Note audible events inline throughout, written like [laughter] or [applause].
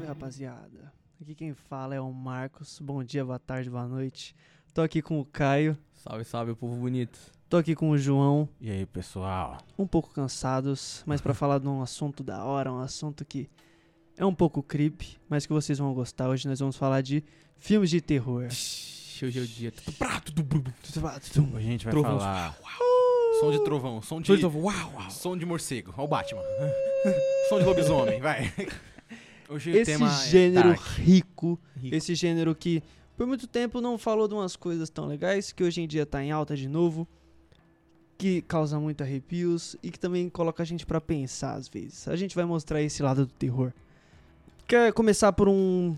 rapaziada. Aqui quem fala é o Marcos. Bom dia, boa tarde, boa noite. Tô aqui com o Caio, Salve, salve, povo bonito. tô aqui com o João, E aí, pessoal? um pouco cansados, mas pra falar de um assunto da hora, um assunto que é um pouco creepy, mas que vocês vão gostar. Hoje nós vamos falar de filmes de terror. Shhh, Hoje é o dia. Tudo prato, Hoje a gente vai Trovão. falar. Som de trovão, som de. Uau, uau. Som de morcego. Ó [laughs] o Batman. som de lobisomem, vai. Hoje Esse gênero dark. rico, é Rico. esse gênero que por muito tempo não falou de umas coisas tão legais, que hoje em dia tá em alta de novo, que causa muito arrepios e que também coloca a gente pra pensar às vezes. A gente vai mostrar esse lado do terror. Quer começar por um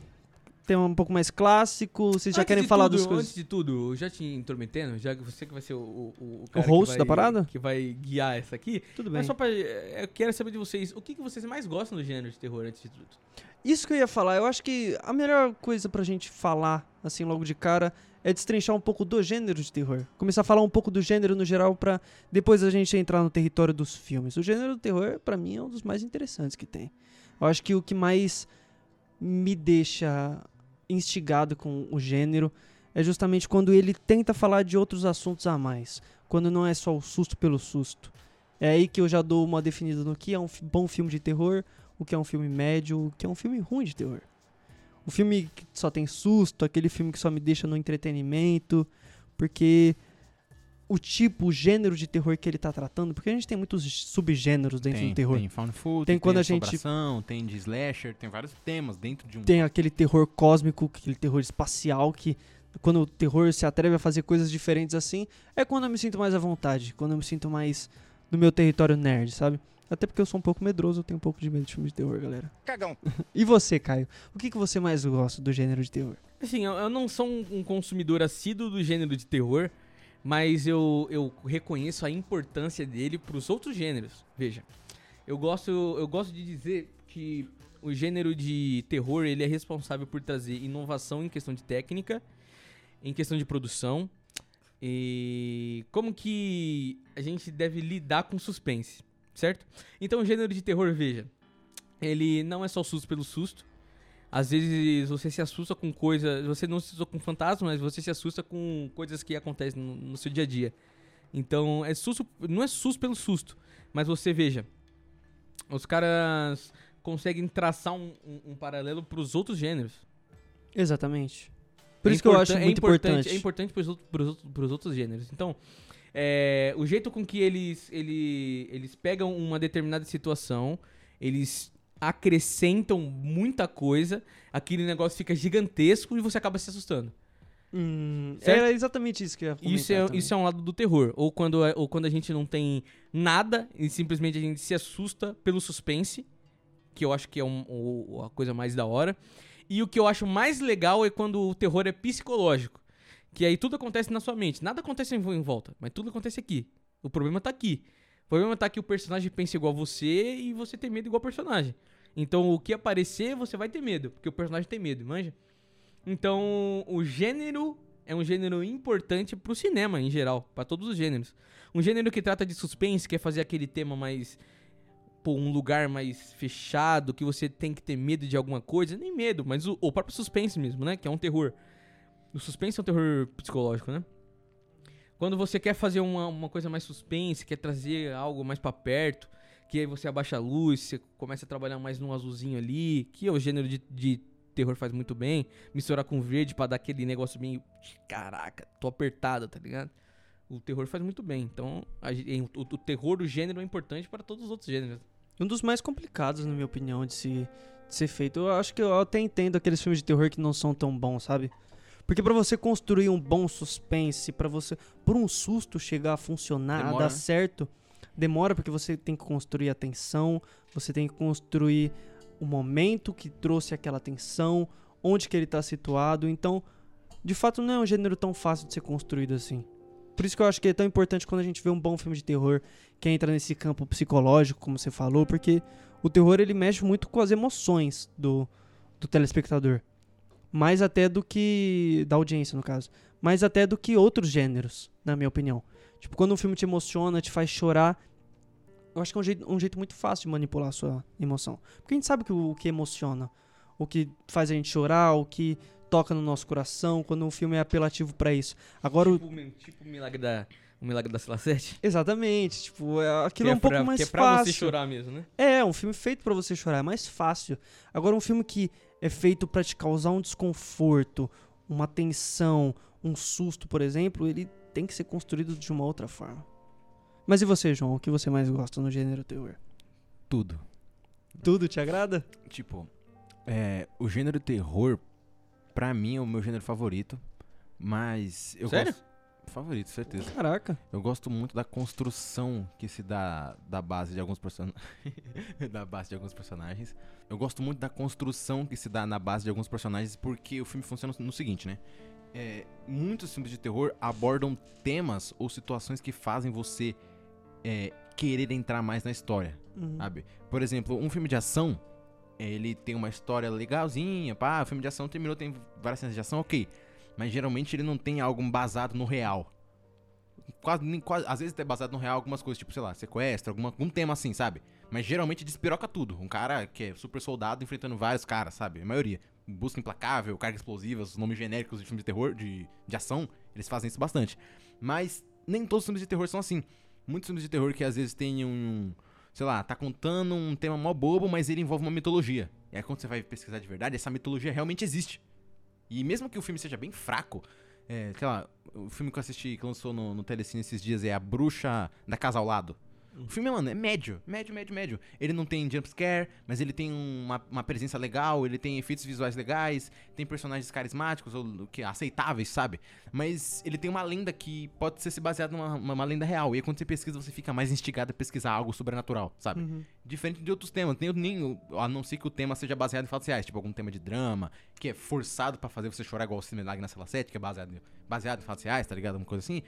tema um pouco mais clássico? Vocês já Antes querem de falar tudo, dos coisas? Antes de tudo, eu já te intrometendo, já que você que vai ser o, o, o cara host que vai, da parada? Que vai guiar essa aqui. Tudo bem. Mas só pra. é, Eu quero saber de vocês, o que, que vocês mais gostam do gênero de terror antes de tudo? Isso que eu ia falar, eu acho que a melhor coisa pra gente falar, assim, logo de cara, é destrinchar um pouco do gênero de terror. Começar a falar um pouco do gênero no geral pra depois a gente entrar no território dos filmes. O gênero do terror, pra mim, é um dos mais interessantes que tem. Eu acho que o que mais me deixa instigado com o gênero é justamente quando ele tenta falar de outros assuntos a mais. Quando não é só o susto pelo susto. É aí que eu já dou uma definida no que é um fi- bom filme de terror o que é um filme médio, o que é um filme ruim de terror. O filme que só tem susto, aquele filme que só me deixa no entretenimento, porque o tipo, o gênero de terror que ele tá tratando, porque a gente tem muitos subgêneros dentro tem, do terror. Tem. Tem found footage, Tem tem, quando quando a gente- tem de slasher, tem vários temas dentro de um. aquele terror cósmico, aquele terror espacial que quando o terror se atreve a fazer coisas diferentes assim, é quando eu me sinto mais à vontade, quando eu me sinto mais no meu território nerd, sabe? Até porque eu sou um pouco medroso, eu tenho um pouco de medo de filme de terror, galera. Cagão. [laughs] E você, Caio? O que, que você mais gosta do gênero de terror? Assim, eu, eu não sou um, um consumidor assíduo do gênero de terror, mas eu, eu reconheço a importância dele para os outros gêneros. Veja, eu gosto, eu gosto de dizer que o gênero de terror ele é responsável por trazer inovação em questão de técnica, em questão de produção e como que a gente deve lidar com suspense, certo? Então, o gênero de terror, veja, ele não é só susto pelo susto. Às vezes você se assusta com coisas. Você não se assusta com fantasmas, mas você se assusta com coisas que acontecem no, no seu dia a dia. Então, é susto, não é susto pelo susto, mas você veja. Os caras conseguem traçar um, um- um paralelo para os outros gêneros. Exatamente. Por É isso que eu importan- acho é muito importante. É importante para os outros, pros outros- pros outros gêneros. Então, é, o jeito com que eles, ele- eles pegam uma determinada situação, eles acrescentam muita coisa, aquele negócio fica gigantesco e você acaba se assustando. Hum, Certo? era exatamente isso que eu ia comentar Isso é, também. isso é um lado do terror. Ou quando, é- ou quando a gente não tem nada e simplesmente a gente se assusta pelo suspense, que eu acho que é um- o- a coisa mais da hora. E o que eu acho mais legal é quando o terror é psicológico. Que aí tudo acontece na sua mente. Nada acontece em vo- em volta, mas tudo acontece aqui. O problema tá aqui. O problema tá que o personagem pensa igual você e você tem medo igual o personagem. Então o que aparecer, você vai ter medo, porque o personagem tem medo, manja? Então, o gênero é um gênero importante pro cinema em geral, pra todos os gêneros. Um gênero que trata de suspense, que é fazer aquele tema mais pô, um lugar mais fechado, que você tem que ter medo de alguma coisa, nem medo, mas o, o próprio suspense mesmo, né, que é um terror. O suspense é um terror psicológico, né? Quando você quer fazer uma, uma coisa mais suspense, quer trazer algo mais pra perto, que aí você abaixa a luz, você começa a trabalhar mais num azulzinho ali, que é o gênero de- de terror faz muito bem misturar com verde pra dar aquele negócio meio. Caraca, tô apertado, tá ligado? O terror faz muito bem. Então, a gen- em- o, o terror, o gênero é importante para todos os outros gêneros. Um dos mais complicados, na minha opinião, de, se, de ser feito. Eu acho que eu até entendo aqueles filmes de terror que não são tão bons, sabe? Porque pra você construir um bom suspense, pra você. Por um susto chegar a funcionar, a Demora, dar né? certo, demora porque você tem que construir a tensão, você tem que construir o momento que trouxe aquela tensão, onde que ele tá situado. Então, de fato, não é um gênero tão fácil de ser construído assim. Por isso que eu acho que é tão importante quando a gente vê um bom filme de terror que entra nesse campo psicológico, como você falou, porque o terror ele mexe muito com as emoções do, do telespectador. Mais até do que. da audiência, no caso. Mais até do que outros gêneros, na minha opinião. Tipo, quando um filme te emociona, te faz chorar. Eu acho que é um jeito, um jeito muito fácil de manipular a sua emoção. Porque a gente sabe que o, o que emociona. o que faz a gente chorar, o que toca no nosso coração, quando um filme é apelativo pra isso. Agora o Tipo, mi- tipo o milagre da. O milagre da Sela 7. Exatamente, tipo, é- aquilo é, um pouco mais que é pra fácil. você chorar mesmo, né? É, um filme feito pra você chorar, é mais fácil. Agora, um filme que é feito pra te causar um desconforto, uma tensão, um susto, por exemplo, ele tem que ser construído de uma outra forma. Mas e você, João? O que você mais gosta no gênero terror? Tudo. Tudo te agrada? Tipo, é, o gênero terror, pra mim, é o meu gênero favorito. Mas eu Sério? gosto. Favorito, certeza. Caraca. Eu gosto muito da construção que se dá da base de alguns personagens. [laughs] da base de alguns personagens. Eu gosto muito da construção que se dá na base de alguns personagens, porque o filme funciona no seguinte, né? É, muitos filmes de terror abordam temas ou situações que fazem você é, querer entrar mais na história Uhum. sabe? Por exemplo, um filme de ação, eh, ele tem uma história legalzinha, pá, o filme de ação terminou, tem várias cenas de ação, ok. Mas geralmente ele não tem algo baseado no real. Quase, nem, quase, às vezes é baseado no real algumas coisas, tipo, sei lá, sequestro, alguma, algum tema assim, sabe? Mas geralmente despiroca tudo. Um cara que é super soldado enfrentando vários caras, sabe? A maioria. Busca implacável, carga explosiva, os nomes genéricos de filmes de terror, de, de ação, eles fazem isso bastante. Mas nem todos os filmes de terror são assim. Muitos filmes de terror que às vezes têm um, sei lá, tá contando um tema mó bobo, mas ele envolve uma mitologia. E aí quando você vai pesquisar de verdade, essa mitologia realmente existe. E mesmo que o filme seja bem fraco, é, sei lá, o filme que eu assisti, que lançou no, no Telecine esses dias, é A Bruxa da Casa ao Lado. O filme, mano, é médio, médio, médio, médio. Ele não tem jumpscare, mas ele tem um, uma, uma presença legal, ele tem efeitos visuais legais, tem personagens carismáticos, ou que aceitáveis, sabe? Mas ele tem uma lenda que pode ser se baseada numa uma, uma lenda real. E aí, quando você pesquisa, você fica mais instigado a pesquisar algo sobrenatural, sabe? Uhum. Diferente de outros temas. Nem, nem, a não ser que o tema seja baseado em fatos reais, tipo algum tema de drama, que é forçado pra fazer você chorar igual o Cine Milagre na Sala 7, que é baseado, em- baseado em fatos reais, tá ligado? Alguma coisa assim.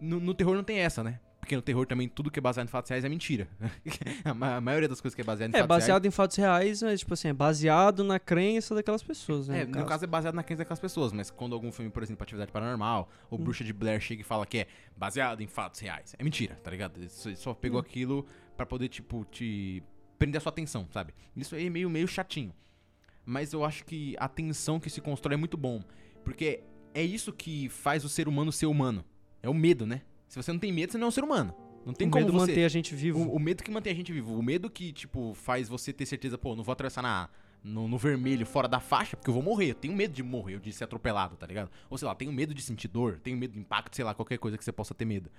No, no terror não tem essa, né? Porque no terror também tudo que é baseado em fatos reais é mentira. [laughs] a, ma- a maioria das coisas que é baseado em É, fatos reais. baseado em fatos reais, mas, tipo assim, é baseado na crença daquelas pessoas, né? É, no caso é baseado na crença daquelas pessoas, mas quando algum filme, por exemplo, Atividade Paranormal, ou Hum. Bruxa de Blair chega e fala que é baseado em fatos reais. É mentira, tá ligado? Ele só- só pegou Hum. aquilo pra poder, tipo, te prender a sua atenção, sabe? Isso aí é meio, meio chatinho. Mas eu acho que a tensão que se constrói é muito bom. Porque é isso que faz o ser humano ser humano. É o medo, né? Se você não tem medo, você não é um ser humano. Não tem o como medo você... manter a gente vivo. O, o medo que mantém a gente vivo. O medo que, tipo, faz você ter certeza, pô, não vou atravessar na, no, no vermelho, fora da faixa, porque eu vou morrer. Eu tenho medo de morrer, ou de ser atropelado, tá ligado? Ou sei lá, tenho medo de sentir dor, tenho medo de impacto, sei lá, qualquer coisa que você possa ter medo.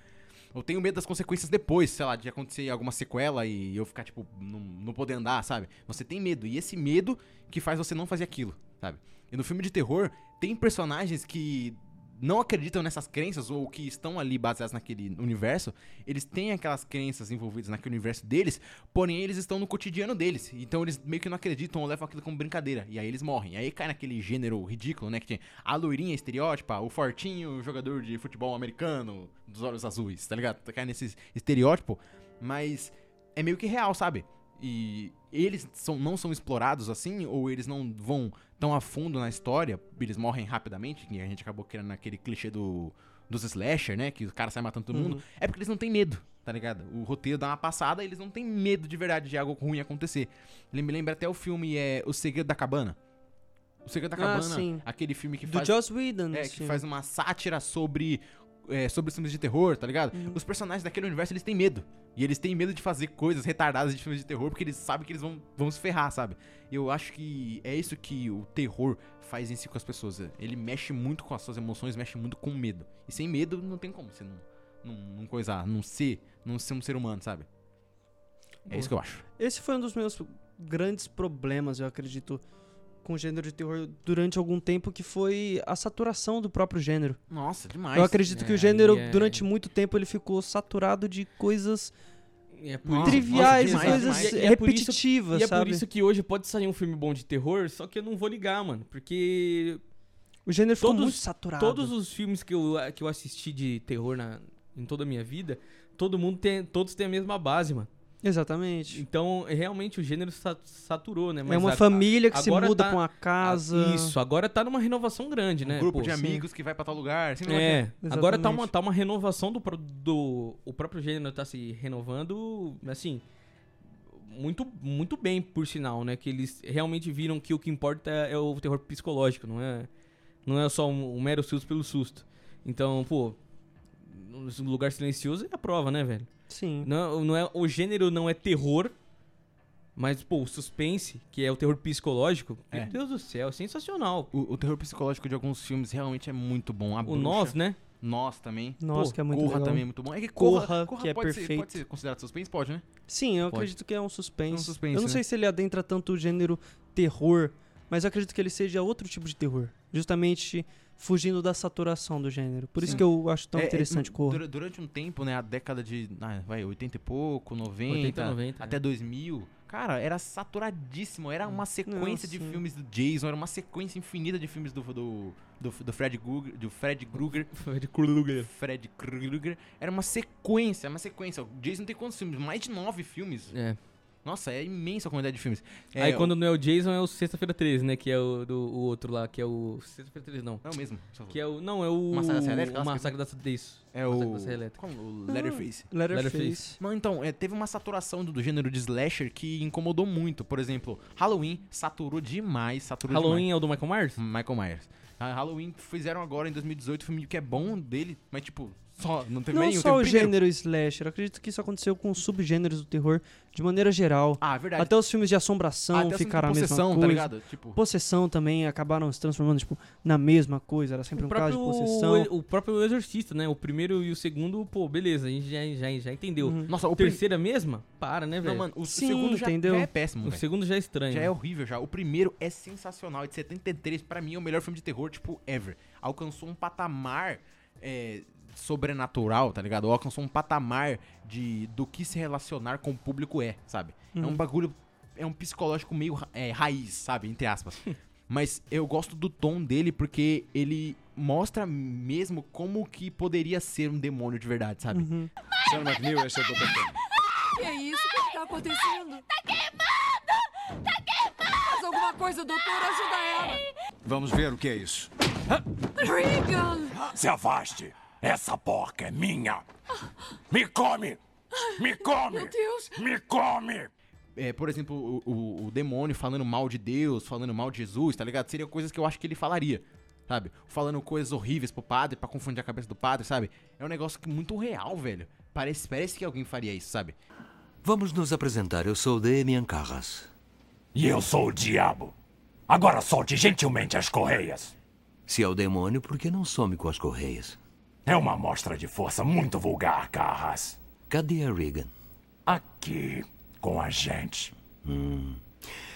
Eu tenho medo das consequências depois, sei lá, de acontecer alguma sequela e eu ficar, tipo, não, não poder andar, sabe? Você tem medo. E esse medo que faz você não fazer aquilo, sabe? E no filme de terror, tem personagens que não acreditam nessas crenças ou que estão ali baseados naquele universo. Eles têm aquelas crenças envolvidas naquele universo deles, porém eles estão no cotidiano deles. Então eles meio que não acreditam ou levam aquilo como brincadeira. E aí eles morrem. E aí cai naquele gênero ridículo, né? Que tinha a loirinha estereótipa, o fortinho jogador de futebol americano dos olhos azuis, tá ligado? Cai nesse estereótipo, mas é meio que real, sabe? E eles são, não são explorados assim, ou eles não vão tão a fundo na história, eles morrem rapidamente, que a gente acabou criando aquele clichê do, dos slasher, né? Que o cara sai matando todo Uhum. mundo. É porque eles não têm medo, tá ligado? O roteiro dá uma passada e eles não têm medo de verdade de algo ruim acontecer. Ele me lembra até o filme é O Segredo da Cabana. O Segredo da Ah, Cabana, sim. aquele filme que Do faz Joss Whedon. é, esse que filme. faz uma sátira sobre, é, sobre os filmes de terror, tá ligado? Os personagens daquele universo, eles têm medo. E eles têm medo de fazer coisas retardadas de filmes de terror, porque eles sabem que eles vão, vão se ferrar, sabe? Eu acho que é isso que o terror faz em si com as pessoas. Ele mexe muito com as suas emoções, mexe muito com o medo. E sem medo, não tem como você não, não, não coisar, não ser, não ser um ser humano, sabe? É Boa. isso que eu acho. Esse foi um dos meus grandes problemas, eu acredito, com o gênero de terror durante algum tempo, que foi a saturação do próprio gênero. Nossa, demais. eu acredito que é, o gênero, aí é- durante muito tempo, ele ficou saturado de coisas É por Nossa, triviais, nossa, e demais, coisas demais. E é- e é por isso- repetitivas, E é sabe? por isso que hoje pode sair um filme bom de terror, só que eu não vou ligar, mano. Porque O gênero ficou todos- muito saturado. todos os filmes que eu, que eu assisti de terror na, em toda a minha vida, todo mundo tem, todos têm a mesma base, mano. Exatamente. Então, realmente, o gênero sa- saturou, né? é uma a- família que se agora muda tá- pra uma casa. Isso, agora tá numa renovação grande, né? um grupo pô? de sim. amigos que vai pra tal lugar. assim, sempre vai- É, agora tá Exatamente. uma, tá uma renovação do, pro- do. O próprio gênero tá se renovando, assim. muito, muito bem, por sinal, né? Que eles realmente viram que o que importa é o terror psicológico, não é, não é só um, um mero susto pelo susto. Então, pô, um lugar silencioso é a prova, né, velho? Sim. Não, é- não é, o gênero não é terror, mas, pô, o suspense, que é o terror psicológico, É. meu Deus do céu, é sensacional. O, o terror psicológico de alguns filmes realmente é muito bom. A O Bruxa, nós, né? [laughs] Nós também. Nossa, Pô, que é muito Corra legal. também é muito bom. É que Corra, Corra, que é pode Ser, perfeito. pode ser considerado suspense? Pode, né? Sim, eu Pode. acredito que é um suspense. É um suspense, eu não né? sei se ele adentra tanto o gênero terror, mas eu acredito que ele seja outro tipo de terror. Justamente fugindo da saturação do gênero. Por isso Sim. que eu acho tão É, é, interessante Corra. dura- Durante um tempo, né, a década de, ah, vai, 80 e pouco, 90, 80, é. 90. até 2000, cara, era saturadíssimo, era uma sequência de sim. filmes do Jason, era uma sequência infinita de filmes do do, do, do Fred Krueger, do Fred Krueger, Fred Krueger, era uma sequência, uma sequência. O Jason tem quantos filmes? Mais de nove filmes. É. Nossa, é imensa a quantidade de filmes. É, Aí o- quando não é o Jason é o Sexta-feira 13, né? Que é o do o outro lá, que é o. Sexta-feira 13, não. Não, mesmo. só- Que é o. Não, é o. Massacre da Serra Elétrica? O Massacre da Serra Isso. É Massacre o... da Serra Elétrica. Qual, o Leatherface. Letterface. Letterface. Não, então, é, teve uma saturação do, do gênero de slasher que incomodou muito. Por exemplo, Halloween saturou demais, Hum. saturou Halloween é o do Michael Myers? demais. Michael Myers. A Halloween fizeram agora em 2018 o filme que é bom dele, mas tipo, só, não teve Não nenhum. só teve o primeiro. gênero slasher, eu acredito que isso aconteceu com os subgêneros do terror de maneira geral. Ah, verdade. Até os filmes de assombração Até o ficaram a filme de mesma possessão, coisa. tá ligado? Tipo, Possessão também acabaram se transformando tipo, na mesma coisa, era sempre um caso de possessão. o próprio Exorcista, né? O primeiro e o segundo, pô, beleza, a gente já, já, já entendeu. Uhum. nossa, o, O prim- terceiro é a mesma? Para, né, Não, velho? mano, o Sim, segundo já, entendeu? já é péssimo, o velho. segundo já é estranho. Já né? é horrível já. O primeiro é sensacional, é de 73, pra mim é o melhor filme de terror, tipo, ever. Alcançou um patamar é, sobrenatural, tá ligado? Ou alcançou um patamar de do que se relacionar com o público é, sabe? É um bagulho, é um psicológico meio ra- é, raiz, sabe? Entre aspas. Mas eu gosto do tom dele porque ele mostra mesmo como que poderia ser um demônio de verdade, sabe? Senhora McNeil, esse é o Dr. Kennedy. Que é isso? O que está acontecendo? Tá queimando! Tá queimando! Faz alguma coisa, doutor, ajuda ela! Vamos ver o que é isso. Regan! Se afaste! Essa porca é minha! Me come! Me come! Meu Deus! Me come! é, por exemplo, o, o- o demônio falando mal de Deus, falando mal de Jesus, tá ligado? Seria coisas que eu acho que ele falaria, sabe? Falando coisas horríveis pro padre, pra confundir a cabeça do padre, sabe? É um negócio que muito real, velho. Parece, parece que alguém faria isso, sabe? Vamos nos apresentar. Eu sou Demian Carras. E eu sou o diabo! Agora solte gentilmente as correias! Se é o demônio, por que não some com as correias? É uma amostra de força muito vulgar, Carras. Cadê a Regan? Aqui com a gente.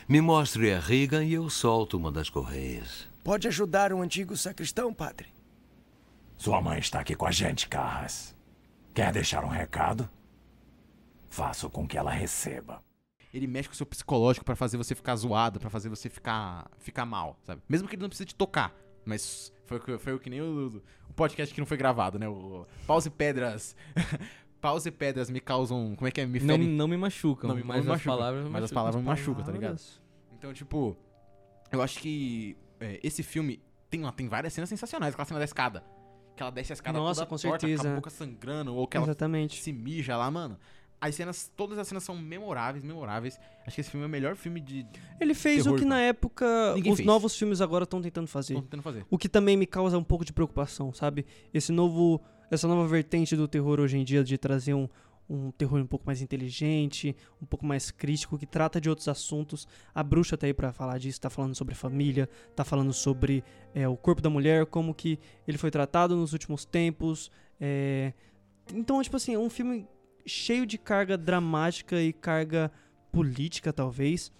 Me mostre a Regan e eu solto uma das correias. Pode ajudar um antigo sacristão, padre? Sua mãe está aqui com a gente, Carras. Quer deixar um recado? Faço com que ela receba. Ele mexe com o seu psicológico pra fazer você ficar zoado, pra fazer você ficar, ficar mal, sabe? Mesmo que ele não precise te tocar. Mas foi, o que- foi o que nem o, o podcast que não foi gravado, né? O, Paus e Pedras. [laughs] Paus e Pedras me causam. Como é que é? Me Não, ferem- não me machucam, Não me- não mas, me as machucam, palavras mas as palavras me machucam, tá ligado? Palavras. Então, tipo, eu acho que é, esse filme tem, tem várias cenas sensacionais. Aquela cena da escada. Que ela desce a escada Nossa, toda com torta, certeza. com a boca sangrando, ou que ela Exatamente. se mija lá, mano. As cenas, todas as cenas são memoráveis, memoráveis. Acho que esse filme é o melhor filme de... Ele fez Terror, o que na mano. época Ninguém os fez. novos filmes agora estão tentando fazer. Tô tentando fazer. O que também me causa um pouco de preocupação, sabe? Esse novo. Essa nova vertente do terror hoje em dia de trazer um, um terror um pouco mais inteligente, um pouco mais crítico, que trata de outros assuntos. A bruxa tá aí pra falar disso, tá falando sobre família, tá falando sobre é, o corpo da mulher, como que ele foi tratado nos últimos tempos. é. Então, tipo assim, é um filme cheio de carga dramática e carga política, talvez.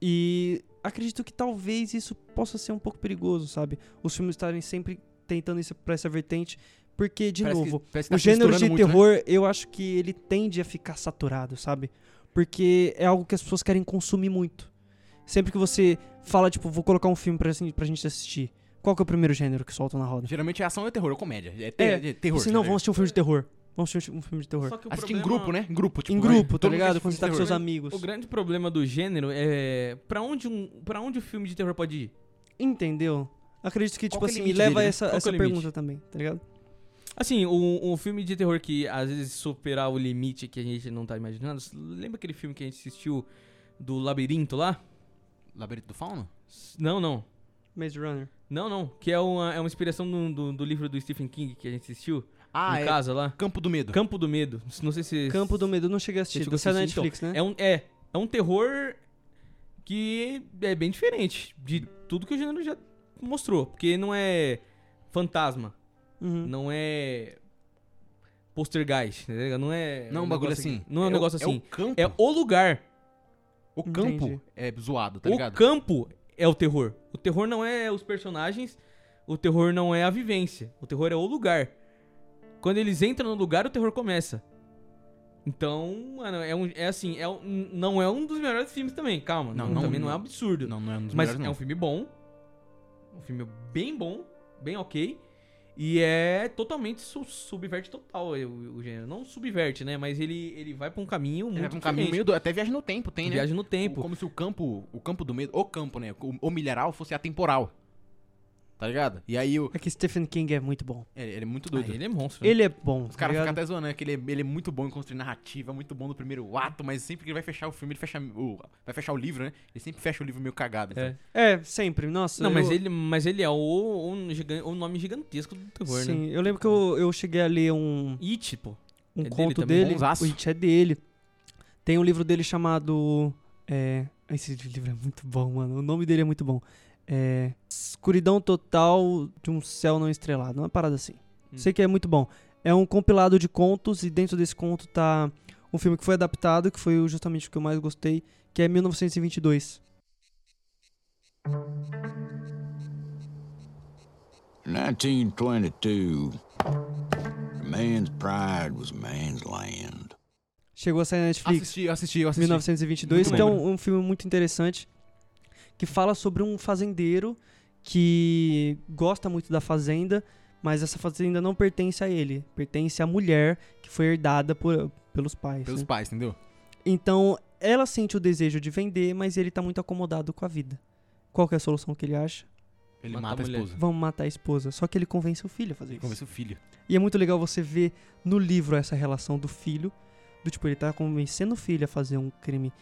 E acredito que talvez isso possa ser um pouco perigoso, sabe? Os filmes estarem sempre tentando isso pra essa vertente. Porque, de Parece que- novo, parece que tá o se gênero de misturando muito, né? terror, eu acho que ele tende a ficar saturado, sabe? Porque é algo que as pessoas querem consumir muito. Sempre que você fala, tipo, vou colocar um filme pra, assim, pra gente assistir, qual que é o primeiro gênero que soltam na roda? Geralmente é ação ou é terror, ou comédia. É, te- É, é terror. Se não, tá vamos assistir um filme de terror. Vamos assistir um filme de terror. Só que o ligado? Assiste em problema- grupo, né? Em grupo, tipo. em vai. grupo, tá Todo mundo ligado? assiste Quando você tá filme com seus de terror. né? amigos. O grande problema do gênero é pra onde um, pra onde o filme de terror pode ir? Entendeu? Acredito que, Qual tipo que é o assim, me limite leva dele, a né? essa, Qual que essa é o limite? pergunta também, tá ligado? Assim, um, um filme de terror que às vezes superar o limite que a gente não tá imaginando. s- Lembra aquele filme que a gente assistiu do Labirinto lá? Labirinto do Fauno? S- Não, não. Maze Runner. Não, não. Que é uma, é uma inspiração do, do, do livro do Stephen King que a gente assistiu. Ah, em é. casa lá. Campo do Medo. Campo do Medo. Não sei se. Campo do Medo, não cheguei a se assistir. chegou a Você é na assistir, então. Netflix, né? É um, é, é um terror que é bem diferente de tudo que o gênero já mostrou. Porque não é fantasma. Uhum. Não é. Poltergeist, tá ligado? Não é. Não, um bagulho negócio assim. Não é um o- negócio assim. É o campo. É o lugar. O campo Entendi. é zoado, tá o ligado? campo é o terror. O terror não é os personagens. O terror não é a vivência. O terror é o lugar. Quando eles entram no lugar, o terror começa. Então, mano, é, um, é assim, é um- não é um dos melhores filmes também, calma. Não, Não, não- também não, é não. absurdo. Não, não é um dos Mas melhores, é não. um filme bom. Um filme bem bom, bem ok. E é totalmente su- subverte total o, o gênero. Não subverte, né? Mas ele, ele vai pra um caminho muito É um caminho meio diferente. do... Até viagem no tempo tem, né? Viagem no tempo. Como se o campo, o campo do medo, o campo, né? O, o milharal fosse atemporal. Tá ligado? E aí o. É que Stephen King é muito bom. Ele, ele é muito Ah, doido. ele é monstro. né? Ele é bom. Os tá caras ligado? ficam até zoando, né? Que ele é, ele é muito bom em construir narrativa, muito bom no primeiro ato, mas sempre que ele vai fechar o filme, ele fecha o, vai fechar o livro, né? Ele sempre fecha o livro meio cagado. assim. É. sabe? É, sempre. Nossa. Não, mas eu- ele, mas ele é o, o, gigan- o nome gigantesco do terror, né? Sim, eu lembro que eu, eu cheguei a ler um, E, tipo, um É dele conto também? dele. Bonzaço. o It é dele. Tem um livro dele chamado. É, esse livro é muito bom, mano. O nome dele é muito bom. É. Escuridão Total de um Céu Não Estrelado. Uma parada assim. Hum. Sei que é muito bom. É um compilado de contos e dentro desse conto tá um filme que foi adaptado, que foi justamente o que eu mais gostei, que é 1922. Nineteen twenty-two. A man's pride was man's land. Chegou a sair na Netflix. Assisti, eu assisti, eu assisti. 1922, Muito que é lembro. um, um filme muito interessante que fala sobre um fazendeiro que gosta muito da fazenda, mas essa fazenda não pertence a ele, pertence à mulher que foi herdada por, pelos pais. Pelos né? pais, entendeu? Então, ela sente o desejo de vender, mas ele tá muito acomodado com a vida. Qual que é a solução que ele acha? Ele Matar a mata, a mulher. esposa. Vamos matar a esposa. Só que ele convence o filho a fazer Ele isso. convence o filho. E é muito legal você ver no livro essa relação do filho, do tipo, ele tá convencendo o filho a fazer um crime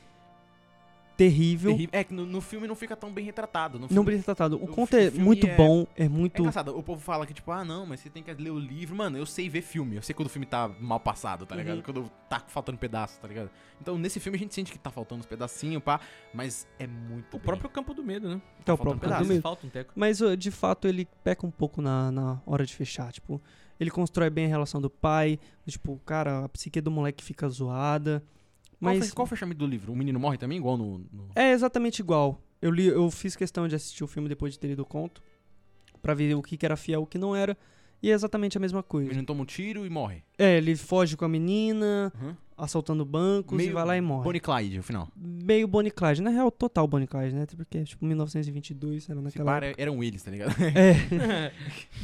terrível. Terrível. É que no, no filme não fica tão bem retratado. No Não filme bem retratado. O o conto fi- é filme muito é- bom, é É muito. engraçado, o povo fala que, tipo, ah, não, mas você tem que ler o livro. Mano, eu sei ver filme. Eu sei quando o filme tá mal passado, tá Uhum. ligado? Quando tá faltando pedaço, tá ligado? Então, nesse filme a gente sente que tá faltando uns pedacinhos, pá. Mas é muito o bem. próprio Campo do Medo, né? que é o falta um próprio do pedaço. Às Campo mesmo. vezes falta um teco. Mas uh, de fato ele peca um pouco na, na hora de fechar. Tipo, ele constrói bem a relação do pai. Tipo, cara, a psique do moleque fica zoada. Qual, Mas fe- qual o fechamento do livro? O menino morre também, igual no... no- é exatamente igual. Eu, li, eu fiz questão de assistir o filme depois de ter lido o conto. Pra ver o que, que era fiel e o que não era. E é exatamente a mesma O coisa. menino toma um tiro e morre. É, ele foge com a menina, Uhum. assaltando bancos e vai lá e morre. Bonnie e Clyde, o final. Meio Bonnie Clyde. Na real, total Bonnie Clyde, né? Porque, tipo, 1922 era Se naquela para, eram eles, tá [laughs] ligado? É.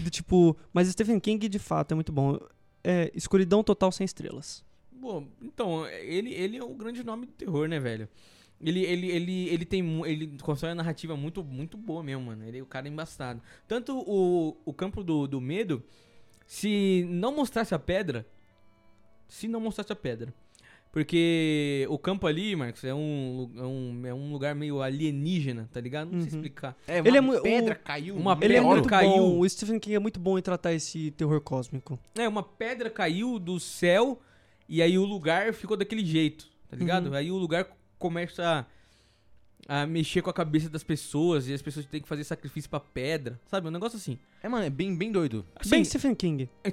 Do tipo, mas Stephen King de fato é muito bom. É Escuridão Total Sem Estrelas. Bom, então, ele, ele é o grande nome do terror, né, velho? Ele, ele, ele, ele tem mu- ele constrói uma narrativa muito, muito boa mesmo, mano. Ele é o cara embaçado. Tanto o, o campo do, do medo, se não mostrasse a pedra. Se não mostrasse a pedra. Porque o campo ali, Marcos, é um, lu- é um, é um lugar meio alienígena, tá ligado? Não sei Uhum. explicar. É, Ele é uma mu- pedra o- caiu. uma um Ele é Meteoro. muito Caiu. bom. O Stephen King é muito bom em tratar esse terror cósmico. É, uma pedra caiu do céu e aí o lugar ficou daquele jeito, tá ligado? Uhum. Aí o lugar começa a, a mexer com a cabeça das pessoas e as pessoas têm que fazer sacrifício pra pedra, sabe? Um negócio assim. É, mano, é bem, bem doido. Assim, Bem Stephen King. [laughs] é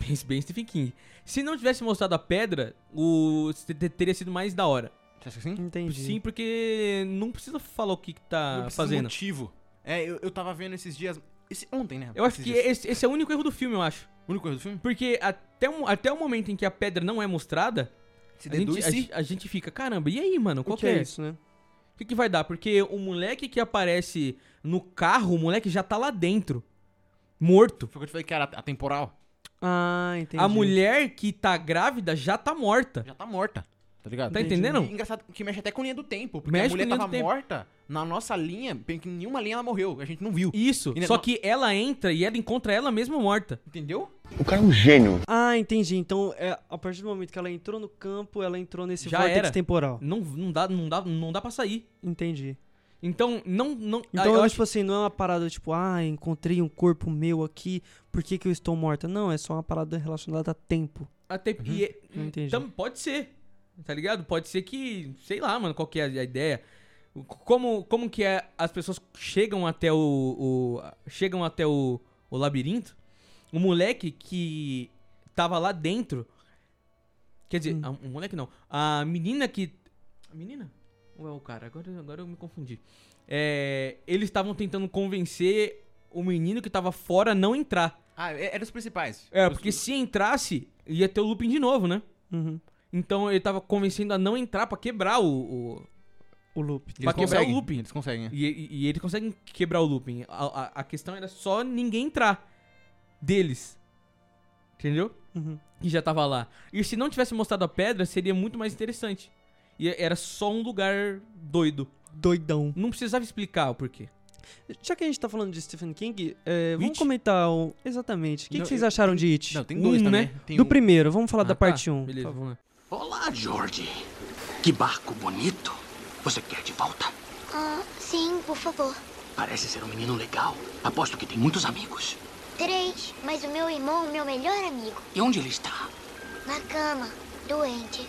bem, bem Stephen King. Se não tivesse mostrado a pedra, o te- te- teria sido mais da hora. Você acha assim? Entendi. Sim, porque não precisa falar o que, que Não tá precisa fazendo. motivo. É, eu, eu tava vendo esses dias... Esse, ontem, né? Eu acho Esses que dias. esse, esse é o único erro do filme, eu acho. O único erro do filme? Porque até, o- até o momento em que a pedra não é mostrada, Se a gente, deduz-se... a, a gente fica, caramba, e aí, mano? O Qual que é isso, né? O que, que vai dar? Porque o moleque que aparece no carro, o moleque já tá lá dentro. Morto. Foi o que eu te falei que era atemporal. Ah, entendi. A mulher que tá grávida já tá morta. Já tá morta. Tá ligado? Tá entendendo? E engraçado que mexe até com linha do tempo. Porque Mexe a mulher com linha tava do tempo. morta na nossa linha, bem que nenhuma linha ela morreu. A gente não viu. Isso. E na- Só que ela entra e ela encontra ela mesma morta. Entendeu? Ah, entendi. Então, é, a partir do momento que ela entrou no campo, ela entrou nesse Já vórtice era. temporal. Não, não dá, não dá, não dá para sair. Entendi. Então, não não Então, eu é, acho tipo assim, não é uma parada tipo, ah, encontrei um corpo meu aqui, por que, que eu estou morta? Não, é só uma parada relacionada a tempo. até Uhum. e- é, Não Hum, entendi. então, tam- Então, pode ser. Tá ligado? Pode ser que, sei lá, mano, qual que é a ideia? O- Como como que é as pessoas chegam até o, o- chegam até o, o labirinto? O moleque que tava lá dentro Quer dizer, a- o moleque não. A menina que. A menina? Ou é o cara? Agora, agora eu me confundi. É, eles estavam tentando convencer o menino que tava fora a não entrar. Ah, é- eram os principais. É, porque se entrasse, ia ter o looping de novo, né? Uhum. Então ele tava convencendo a não entrar pra quebrar o. o- O loop. pra quebrar o looping. Eles conseguem, né? E, e, e eles conseguem quebrar o looping. A, a- a questão era só ninguém entrar. Deles. Entendeu? Uhum. que já tava lá. E se não tivesse mostrado a pedra, seria muito mais interessante. E era só um lugar doido. Doidão. Não precisava explicar o porquê. Já que a gente tá falando de Stephen King, é, vamos It? comentar o... Exatamente. O que, Não, que vocês eu- acharam de It? Não, tem Um, dois né? também. Tem Do um- primeiro, vamos falar Ah, da tá. parte 1. Um, Beleza, vamos lá. Olá, George. Que barco bonito. Você quer de volta? Ah, sim, por favor. Parece ser um menino legal. Aposto que tem muitos amigos. Três, mas o meu irmão, meu melhor amigo, E onde ele está? na cama, doente.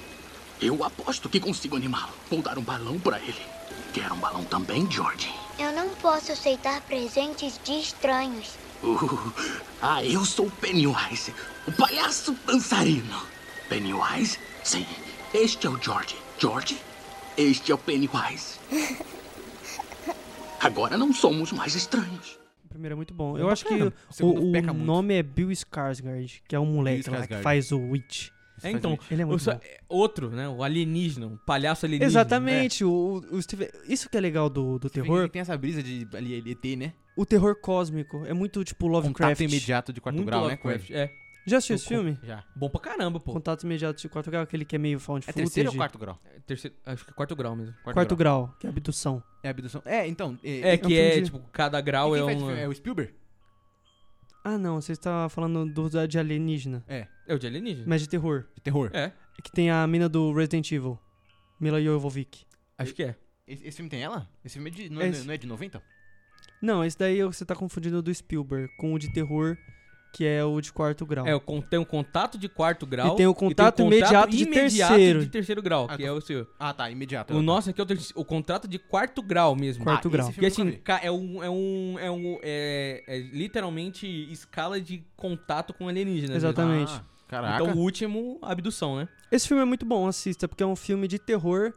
Eu aposto que consigo animá-lo. Vou dar um balão pra ele. Quer um balão também, George? Eu não posso aceitar presentes de estranhos. Uh, ah, eu sou o Pennywise, o palhaço dançarino. Pennywise? Sim, este é o George. George, este é [laughs] o Pennywise. Agora não somos mais estranhos. O primeiro é muito bom. Eu pra acho que caramba. O o, segundo o peca muito. nome é Bill Skarsgård, que é um moleque lá que Skarsgård. faz o Witch. É, então, Ele é muito eu só- bom. é, outro, né? O alienígena, o palhaço né? alienígena. É. Exatamente. O, o Steven- Isso que é legal do, do Tem, terror. tem essa brisa de ali, ET, né? O terror cósmico. É muito tipo Lovecraft. Contato imediato de É. quarto Muito grau, Lovecraft. né? É. Já assistiu esse filme? com ele? Já. Bom pra caramba, pô. Contato imediato de quarto grau, aquele que é meio found É footage. terceiro ou quarto grau? É, Terceiro, acho que é quarto grau mesmo. Quarto grau. que é abdução. É abdução. É, então. É, um que filme é, de- tipo, cada E grau quem é faz um... esse filme? É o Spielberg? Ah, não. Você estava falando do, da- de alienígena. É o de alienígena. Mas de terror. De terror. É, Que tem a mina do Resident Evil. Mila Jovovich. acho que é. Então. Esse, esse filme tem ela? Esse filme é de, não, é, Esse. não é de 90? Não, esse daí é o que você tá confundindo do Spielberg com o de terror, que é o de quarto grau. É, o con- tem o contato de quarto grau. E tem o contato imediato de imediato terceiro. de terceiro grau, Ah, que tá. é o seu. Ah, tá, imediato. O nosso aqui é o, terci- o contrato de quarto grau mesmo. Quarto Ah, esse grau. filme E eu nunca assim, vi. ca- é um. É um. É um. É, é literalmente escala de contato com alienígenas. né? Exatamente. Ah, caraca. Então o último, abdução, né? Esse filme é muito bom, assista, porque é um filme de terror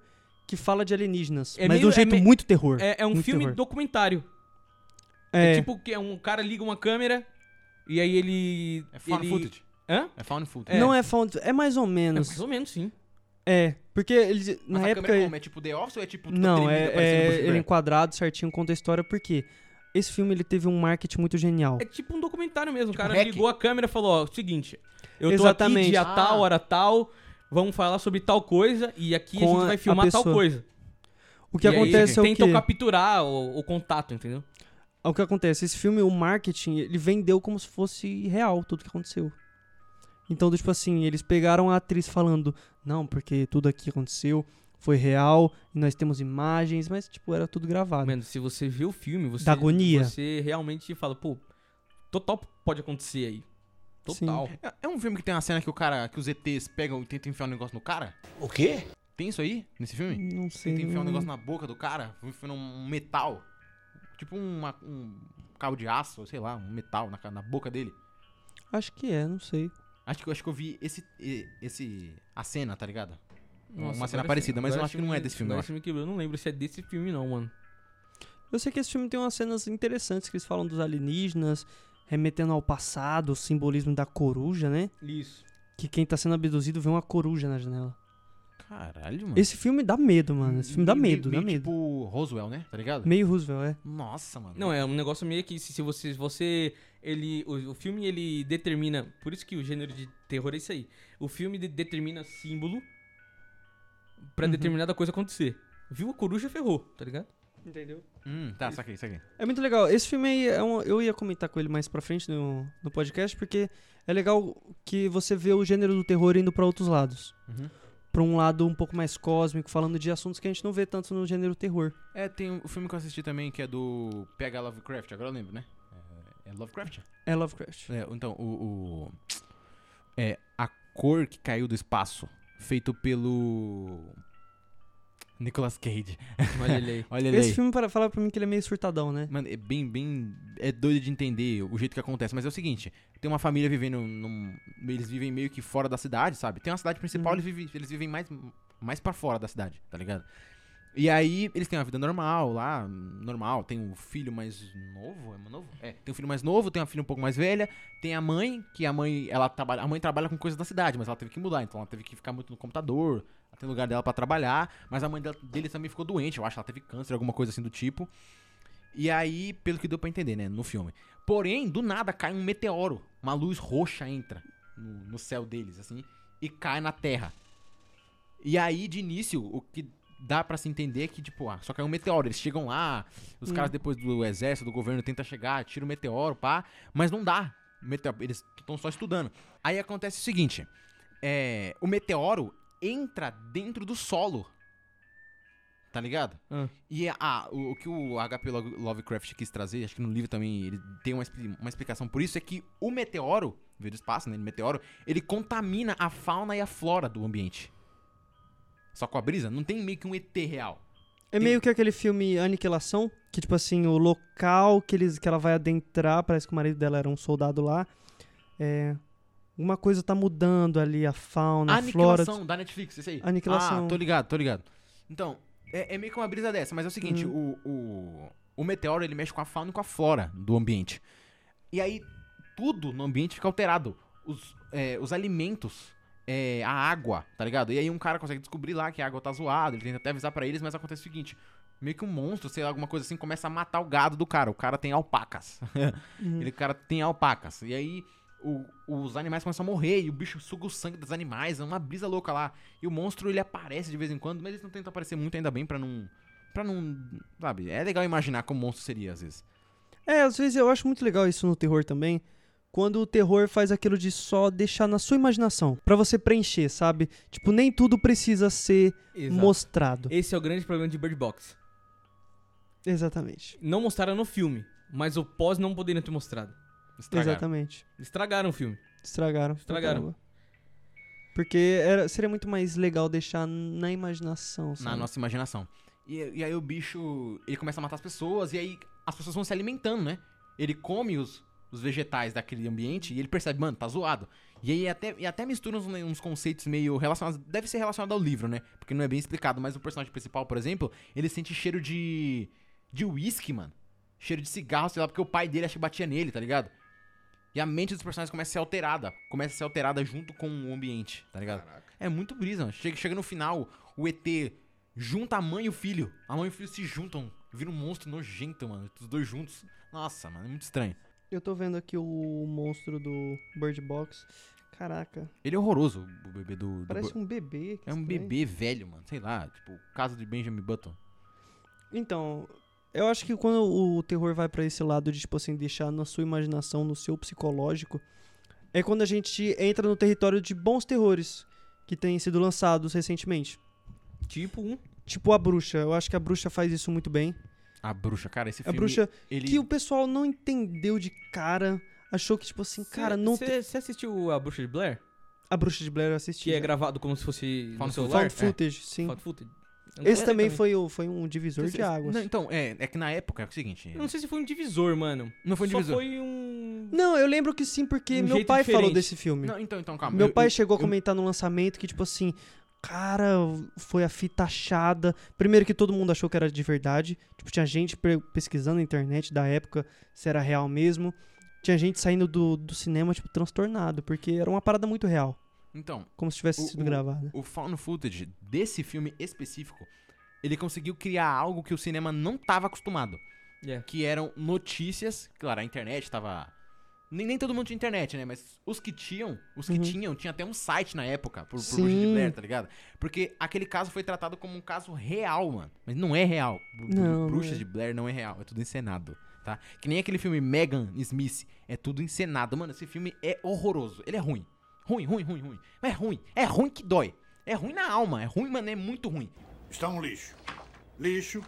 que fala de alienígenas. É mas de meio- um é jeito me- muito terror. É, é um muito filme terror. documentário. É. É, tipo que é um cara liga uma câmera e aí ele. é found ele... footage. Hã? É found footage. Não é found... É mais ou É menos. mais ou menos, sim. É, porque eles... Mas na a época... câmera como? É tipo The Office ou é tipo... toda Não, tremida, é, é parecendo Bruce ele Blair? enquadrado certinho, conta a história, porque esse filme ele teve um marketing muito genial. É tipo um documentário mesmo. o cara hack. ligou a câmera e falou, ó, seguinte, eu tô aqui Exatamente. dia Ah. tal, hora tal, vamos falar sobre tal coisa e aqui a Com gente a- vai a filmar tal pessoa. coisa. O que E aí acontece é o Tentam quê? É capturar o, o contato, entendeu? O que acontece? Esse filme, o marketing, ele vendeu como se fosse real tudo que aconteceu. Então, do tipo assim, eles pegaram a atriz falando, não, porque tudo aqui aconteceu, foi real, e nós temos imagens, mas, tipo, era tudo gravado. Mano, se você vê o filme, você, Da agonia. você realmente fala, pô, total pode acontecer aí. Total. É- É um filme que tem uma cena que o cara... Que os ETs pegam e tentam enfiar um negócio no cara? O quê? Tem isso aí? Nesse filme? Não sei. Tenta enfiar um não- negócio na boca do cara, enfiando um metal. Tipo uma- um cabo de aço, sei lá, um metal na, ca- na boca dele. Acho que é, não sei. Acho que, acho que eu vi esse, e- esse, a cena, tá ligado? Nossa, uma cena agora parecida, esse- mas eu agora acho que não é desse filme, eu agora acho. esse filme quebrou, eu não lembro se é desse filme não, mano. Eu sei que esse filme tem umas cenas interessantes que eles falam dos alienígenas, remetendo ao passado, o simbolismo da coruja, né? Isso. Que quem tá sendo abduzido vê uma coruja na janela. Caralho, mano. Esse filme dá medo, mano. Esse filme dá Hum. Meio- medo, meio dá medo. Tipo Roswell, né? Tá ligado? Meio Roosevelt, é. Nossa, mano. Não, é um negócio meio que se, se você. se você ele, o, o filme ele determina. Por isso que o gênero de terror é isso aí. O filme de- determina símbolo. pra Uhum. determinada coisa acontecer. Viu a coruja, ferrou, tá ligado? Entendeu? Hum, tá, saquei, saquei. É muito legal. Esse filme aí, é um- eu ia comentar com ele mais pra frente no, no podcast, porque é legal que você vê o gênero do terror indo pra outros lados. Uhum. Pra um lado um pouco mais cósmico, falando de assuntos que a gente não vê tanto no gênero terror. É, tem um filme que eu assisti também que é do P.H. Lovecraft, agora eu lembro, né? É, é Lovecraft? É Lovecraft. É, então, o, o- É, a cor que caiu do espaço, feito pelo... Nicolas Cage. Olha ele aí. Olha ele Esse aí. filme para falar pra mim que ele é meio surtadão, né? Mano, é bem, bem. É doido de entender o jeito que acontece. Mas é o seguinte: tem uma família vivendo num. Eles vivem meio que fora da cidade, sabe? Tem uma cidade principal, eles, vivem, eles vivem mais, mais pra fora da cidade, tá ligado? E aí, eles têm uma vida normal lá, normal. Tem um filho mais novo, é novo? É, tem um filho mais novo, tem uma filha um pouco mais velha, tem a mãe, que a mãe, ela trabalha, a mãe trabalha com coisas da cidade, mas ela teve que mudar, então ela teve que ficar muito no computador, ela tem lugar dela pra trabalhar, mas a mãe dela- dele também ficou doente, eu acho, ela teve câncer, alguma coisa assim do tipo. E aí, pelo que deu pra entender, né, no filme. Porém, do nada cai um meteoro. Uma luz roxa entra no, no céu deles, assim, e cai na Terra. E aí, de início, o que dá pra se entender é que, tipo, ah, só caiu um meteoro. Eles chegam lá, os Hum. caras depois do exército, do governo, tentam chegar, tira o meteoro, pá, mas não dá. O meteoro- eles estão só estudando. Aí acontece o seguinte: é, o meteoro entra dentro do solo. Tá ligado? Ah. E ah, o, o que o HP Lo- Lovecraft quis trazer, acho que no livro também ele tem uma, expli- uma explicação por isso, é que o meteoro, veio do espaço, né? O meteoro, ele contamina a fauna e a flora do ambiente. Só com a brisa, não tem meio que um ET real. É meio que aquele filme Aniquilação, que tipo assim, o local que, eles, que ela vai adentrar, parece que o marido dela era um soldado lá. É. Alguma coisa tá mudando ali, a fauna, a flora. Aniquilação da Netflix, esse aí. Aniquilação. Ah, tô ligado, tô ligado. Então, é, é meio que uma brisa dessa, mas é o seguinte, o, o, o meteoro, ele mexe com a fauna e com a flora do ambiente. E aí, tudo no ambiente fica alterado. Os, é, os alimentos, é, a água, tá ligado? E aí um cara consegue descobrir lá que a água tá zoada, ele tenta até avisar pra eles, mas acontece o seguinte... Meio que um monstro, sei lá, alguma coisa assim, começa a matar o gado do cara. O cara tem alpacas. [laughs] Ele, cara, tem alpacas. E aí o- os animais começam a morrer e o bicho suga o sangue dos animais, é uma brisa louca lá. E o monstro ele aparece de vez em quando, mas eles não tentam aparecer muito ainda bem pra não Pra não, sabe? É legal imaginar como monstro seria às vezes. É, às vezes eu acho muito legal isso no terror também. Quando o terror faz aquilo de só deixar na sua imaginação, Pra você preencher, sabe? Tipo, nem tudo precisa ser [laughs] Exato. mostrado. Esse é o grande problema de Bird Box. Exatamente. Não mostraram no filme, mas o pós não poderiam ter mostrado. Estragaram. Exatamente. Estragaram o filme. Estragaram. pra Estragaram. caramba. Porque era, seria muito mais legal deixar na imaginação, sabe? Na nossa imaginação. E, e aí o bicho, ele começa a matar as pessoas e aí as pessoas vão se alimentando, né? Ele come os, os vegetais daquele ambiente e ele percebe, mano, tá zoado. E aí até, e até mistura uns, né, uns conceitos meio relacionados, deve ser relacionado ao livro, né? Porque não é bem explicado, mas o personagem principal, por exemplo, ele sente cheiro de de uísque, mano. Cheiro de cigarro, sei lá, porque o pai dele acho que batia nele, tá ligado? E a mente dos personagens começa a ser alterada. Começa a ser alterada junto com o ambiente, tá ligado? É muito brisa, mano. Chega, chega no final, o ET junta a mãe e o filho. A mãe e o filho se juntam. Vira um monstro nojento, mano. Os dois juntos. Nossa, mano, é muito estranho. Eu tô vendo aqui o monstro do Bird Box. Caraca, Ele é horroroso, o bebê do. do parece Bo- um bebê. que É um estranho. bebê velho, mano. Sei lá, tipo, o caso de Benjamin Button. Então, eu acho que quando o terror vai pra esse lado de, tipo assim, deixar na sua imaginação, no seu psicológico, é quando a gente entra no território de bons terrores que têm sido lançados recentemente. Tipo um. Tipo a bruxa. Eu acho que a bruxa faz isso muito bem. A bruxa, cara, esse a filme. bruxa ele... que o pessoal não entendeu de cara. Achou que, tipo assim, cara, não. tem- Você assistiu a Bruxa de Blair? A bruxa de Blair eu assisti. Que é já. gravado como se fosse Found no celular? Found footage, sim. Found footage. Eu não Esse sei também foi, o, foi um divisor de águas. Não, então, é, é que na época é o seguinte. Eu não sei se foi um divisor, mano. Não foi um Só divisor. foi um... Não, eu lembro que sim, porque Um meu jeito pai falou diferente. desse filme. Não, então, então, calma. meu eu- pai eu- chegou a eu- comentar no lançamento que, tipo assim, cara, foi a fita achada. Primeiro que todo mundo achou que era de verdade. Tipo, tinha gente pre- pesquisando na internet da época se era real mesmo. Tinha gente saindo do, do cinema, tipo, transtornado, porque era uma parada muito real. Então, Como se tivesse sido gravada. O found footage desse filme específico, ele conseguiu criar algo que o cinema não estava acostumado. Yeah. Que eram notícias, claro, a internet estava Nem, nem todo mundo tinha internet, né? Mas os que tinham, os que Uhum. tinham, tinha até um site na época, por, por Sim. Bruxa de Blair, tá ligado? Porque aquele caso foi tratado como um caso real, mano. Mas não é real. Bru- bru- Não, não Bruxa é. de Blair não é real, é tudo encenado, tá? Que nem aquele filme Megan Smith, é tudo encenado. Mano, esse filme é horroroso, ele é ruim. Ruim, ruim, ruim, ruim. Mas é ruim, é ruim que dói. É ruim na alma, é ruim, mano, é muito ruim. Está um lixo. Lixo,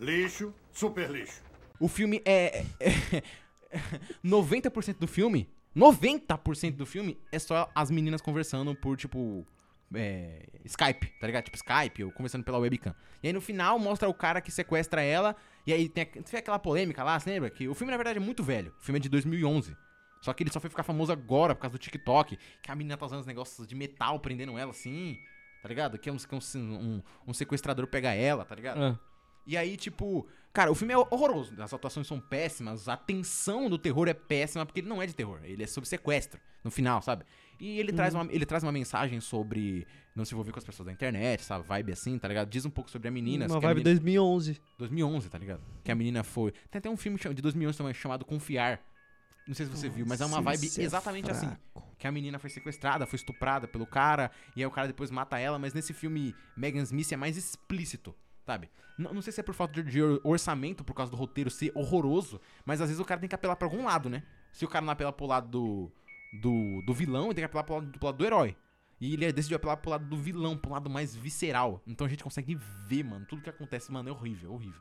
lixo, super lixo. O filme é. é- é- [laughs] 90% do filme. 90% do filme é só as meninas conversando por, tipo. é, Skype, tá ligado? Tipo Skype, ou conversando pela webcam. E aí no final mostra o cara que sequestra ela. E aí tem, a- tem aquela polêmica lá, você lembra? Que o filme na verdade é muito velho. O filme é de 2011. Só que ele só foi ficar famoso agora por causa do TikTok. Que a menina tá usando os negócios de metal prendendo ela assim. Tá ligado? Que é um, que é um- um- um sequestrador pega ela, tá ligado? Ah. E aí, tipo, cara, o filme é horroroso. As atuações são péssimas, a tensão do terror é péssima, porque ele não é de terror, ele é sobre sequestro, no final, sabe? E ele, traz, Uhum. uma, ele traz uma mensagem sobre não se envolver com as pessoas da internet, essa vibe assim, tá ligado? Diz um pouco sobre a menina. Uma que a vibe menina- 2011. 2011, tá ligado? Que a menina foi. Tem até um filme cham- de 2011 também chamado Confiar. Não sei se você viu, mas é Nossa, uma vibe isso é exatamente assim. fraco. Que a menina foi sequestrada, foi estuprada pelo cara, e aí o cara depois mata ela, mas nesse filme Megan Smith é mais explícito, sabe? Não, não sei se é por falta de, de orçamento, por causa do roteiro ser horroroso, mas às vezes o cara tem que apelar pra algum lado, né? Se o cara não apela pro lado do, do, do vilão, ele tem que apelar pro lado, pro lado do herói. E ele decidiu apelar pro lado do vilão, pro lado mais visceral. Então a gente consegue ver, mano, tudo que acontece, mano, é horrível, horrível.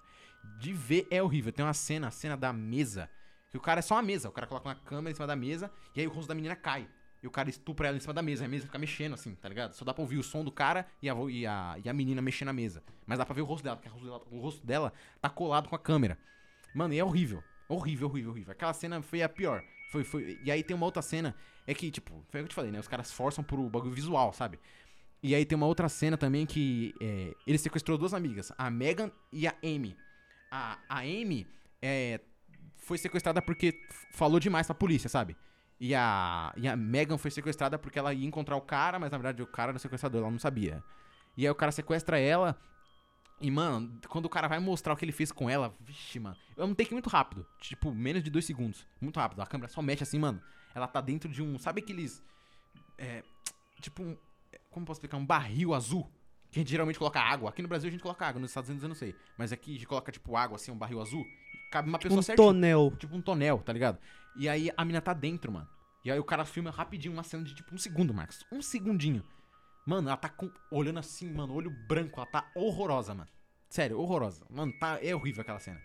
De ver é horrível. Tem uma cena, a cena da mesa, que o cara é só uma mesa. O cara coloca uma câmera em cima da mesa e aí o rosto da menina cai. E o cara estupra ela em cima da mesa. A mesa fica mexendo assim, tá ligado? Só dá pra ouvir o som do cara e a, vo- e a, e a menina mexendo na mesa. Mas dá pra ver o rosto dela, porque o rosto dela- o rosto dela tá colado com a câmera. Mano, e é horrível. Horrível, horrível, horrível. Aquela cena foi a pior. Foi, foi... E aí tem uma outra cena. É que, tipo, foi o que eu te falei, né? Os caras forçam pro bagulho visual, sabe? E aí tem uma outra cena também que é, ele sequestrou duas amigas, a Megan e a Amy. A, a Amy é, foi sequestrada porque f- falou demais pra polícia, sabe? E a, e a Megan foi sequestrada porque ela ia encontrar o cara, mas na verdade o cara era o sequestrador, ela não sabia. E aí o cara sequestra ela, e, mano, quando o cara vai mostrar o que ele fez com ela, vixe, mano. É um take muito rápido. Tipo, menos de dois segundos. Muito rápido. A câmera só mexe assim, mano. Ela tá dentro de um. Sabe aqueles. É. Tipo um. Como posso explicar? Um barril azul. Que a gente geralmente coloca água. Aqui no Brasil a gente coloca água, nos Estados Unidos eu não sei. Mas aqui a gente coloca, tipo, água, assim, um barril azul. E cabe uma pessoa um certinho. tonel. Tipo um tonel, tá ligado? E aí a mina tá dentro, mano. E aí o cara filma rapidinho uma cena de tipo um segundo, Marcos. Um segundinho. Mano, ela tá com- olhando assim, mano, olho branco. Ela tá horrorosa, mano. Sério, horrorosa. Mano, tá, é horrível aquela cena.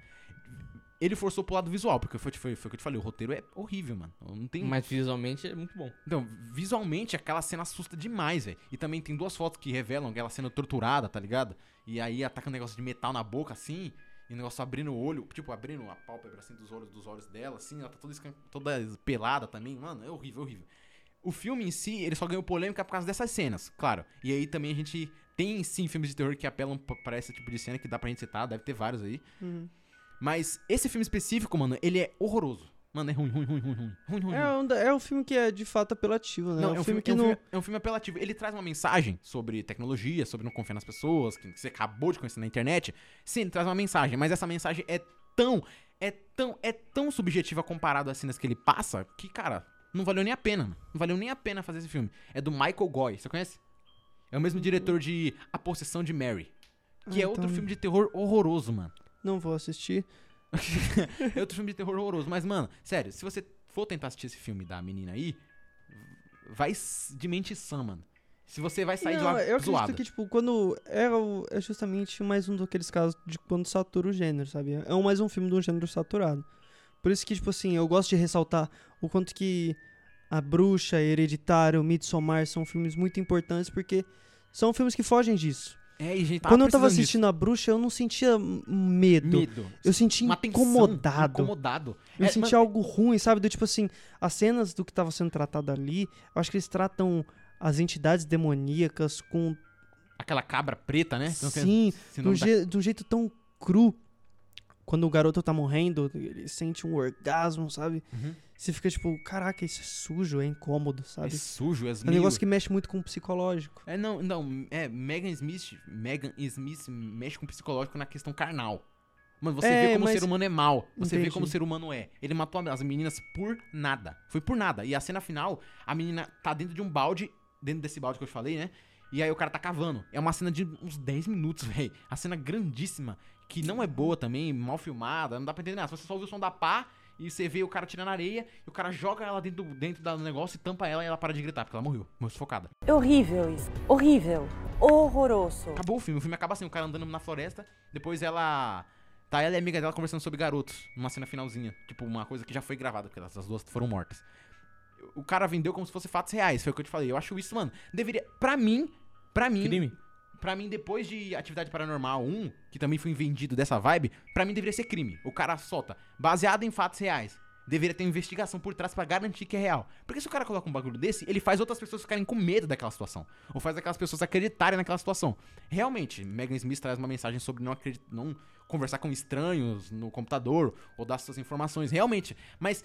Ele forçou pro lado visual, porque foi, foi, foi o que eu te falei, o roteiro é horrível, mano. Não tem... Mas visualmente é muito bom. Então, visualmente, aquela cena assusta demais, velho. E também tem duas fotos que revelam ela sendo torturada, tá ligado? E aí ataca um negócio de metal na boca, assim. E o negócio abrindo o olho, tipo, abrindo a pálpebra, assim, dos olhos, dos olhos dela, assim. Ela tá toda, escan- toda pelada também. Mano, é horrível, horrível. O filme em si, ele só ganhou polêmica por causa dessas cenas, claro. E aí também a gente tem, sim, filmes de terror que apelam p- pra esse tipo de cena que dá pra gente citar. Deve ter vários aí. Uhum. Mas esse filme específico, mano, ele é horroroso. Mano, é ruim, ruim, ruim, ruim, ruim. Ruim, ruim, É um, da- é um filme que é de fato apelativo, né? não, é um, filme, que é um não. filme- é um filme apelativo. Ele traz uma mensagem sobre tecnologia, sobre não confiar nas pessoas, que você acabou de conhecer na internet. Sim, ele traz uma mensagem, mas essa mensagem é tão, é tão, é tão subjetiva comparado às cenas que ele passa que, cara, não valeu nem a pena. mano. Não valeu nem a pena fazer esse filme. É do Michael Goy, você conhece? É o mesmo diretor de A Possessão de Mary, que Ah, é outro então- filme de terror horroroso, mano. Não vou assistir. é outro filme de terror horroroso. Mas, mano, sério, se você for tentar assistir esse filme da menina aí, vai s- de mente sã, mano. Se você vai sair de Não, lá eu acredito zoado. que, tipo, quando. É, o- é justamente mais um daqueles casos de quando satura o gênero, sabe? É um- mais um filme de um gênero saturado. Por isso que, tipo assim, eu gosto de ressaltar o quanto que A Bruxa, Hereditário, Midsommar são filmes muito importantes, porque são filmes que fogem disso. É, e a gente tava Quando eu tava precisando disso. assistindo A Bruxa, eu não sentia m- medo. Medo. Eu sentia Uma tensão, incomodado. incomodado. Eu É, senti mano- algo ruim, sabe? Do tipo assim, as cenas do que tava sendo tratado ali, eu acho que eles tratam as entidades demoníacas com Aquela cabra preta, né? Que não tem Sim, esse de um, nome da- je- de um jeito tão cru. Quando o garoto tá morrendo, ele sente um orgasmo, sabe? Uhum. Você fica tipo, caraca, isso é sujo, é incômodo, É sabe? sujo, é É um negócio que mexe muito com o psicológico. É, não, não, é, Megan Smith, Megan Smith mexe com o psicológico na questão carnal. Mano, você É, vê como mas- o ser humano é mal. Você vê Entendi. como o ser humano é. Ele matou as meninas por nada. Foi por nada. E a cena final, a menina tá dentro de um balde, dentro desse balde que eu te falei, né? E aí o cara tá cavando. É uma cena de uns 10 minutos, [laughs] velho. A cena grandíssima, que não é boa também, mal filmada, não dá pra entender nada. Você só ouve o som da pá e você vê o cara tirando areia, e o cara joga ela dentro, do- dentro da- do negócio e tampa ela e ela para de gritar, porque ela morreu. Morreu sufocada. É horrível isso. Horrível. Horroroso. Acabou o filme. O filme acaba assim, o cara andando na floresta, depois ela. Tá ela e a amiga dela conversando sobre garotos, numa cena finalzinha. Tipo, uma coisa que já foi gravada, porque elas as duas foram mortas. O cara vendeu como se fosse fatos reais, foi o que eu te falei. Eu acho isso, mano. Deveria. Pra mim. Pra mim. Crime? Pra mim, depois de Atividade Paranormal 1, que também foi vendido dessa vibe, pra mim deveria ser crime. O cara solta. Baseado em fatos reais. Deveria ter investigação por trás pra garantir que é real. Porque se o cara coloca um bagulho desse, ele faz outras pessoas ficarem com medo daquela situação. Ou faz aquelas pessoas acreditarem naquela situação. Realmente, Megan Smith traz uma mensagem sobre não acreditar. Não conversar com estranhos no computador ou dar suas informações. Realmente. Mas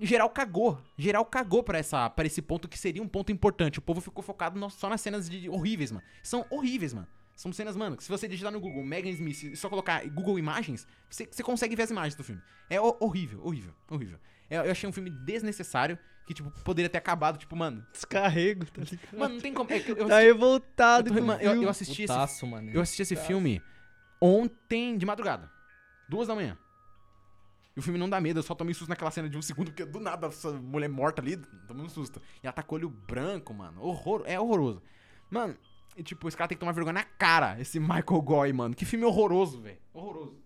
geral cagou. Geral cagou pra, essa, pra esse ponto que seria um ponto importante. O povo ficou focado no- só nas cenas de, horríveis, mano. São horríveis, mano. São cenas, mano, que se você digitar no Google Megan Smith e só colocar Google Imagens, você, você consegue ver as imagens do filme. É ho- horrível, horrível, horrível. É, eu achei um filme desnecessário que, tipo, poderia ter acabado, tipo, mano. Descarrego, tá [laughs] ligado? Mano, não tem como. É, que eu Tá assisti- revoltado eu, tô- com o mano, eu- eu filme. assisti Putaço, esse, mano. eu assisti esse Putaço. filme ontem de madrugada. Duas da manhã. E o filme não dá medo, eu só tomei susto naquela cena de um [laughs] segundo, porque do nada essa mulher morta ali, tomei um susto. E ela tá com o olho branco, mano. Horror, é horroroso. Mano, e tipo, esse cara tem que tomar vergonha na cara, esse Michael Goy, mano. Que filme horroroso, velho. Horroroso.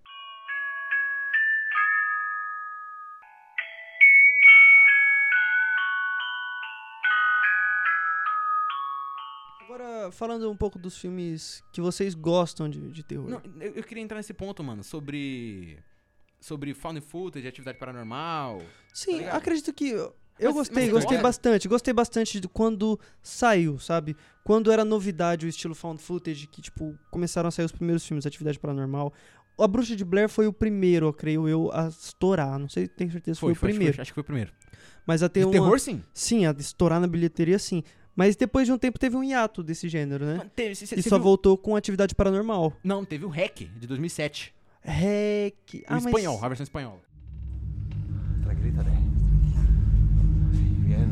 Agora, falando um pouco dos filmes que vocês gostam de, de terror. Não, eu, eu queria entrar nesse ponto, mano, sobre. Sobre found footage, atividade paranormal. Sim, Tá ligado? acredito que. Eu Mas- gostei, mas gostei gosta? bastante. Gostei bastante de quando saiu, sabe? Quando era novidade o estilo found footage, que, tipo, começaram a sair os primeiros filmes de Atividade Paranormal. A Bruxa de Blair foi o primeiro, eu creio eu, a estourar. Não sei, tenho certeza, se foi, Foi, o foi, acho que foi- primeiro. acho que foi o primeiro. Mas a ter De uma- terror, sim? Sim, a de estourar na bilheteria, sim. Mas depois de um tempo teve um hiato desse gênero, né? teve- cê- cê- e cê só viu- voltou com Atividade Paranormal. Não, teve o Hack, de 2007. Hack. Em espanhol, a versão espanhola. Tranquilízate. Bien.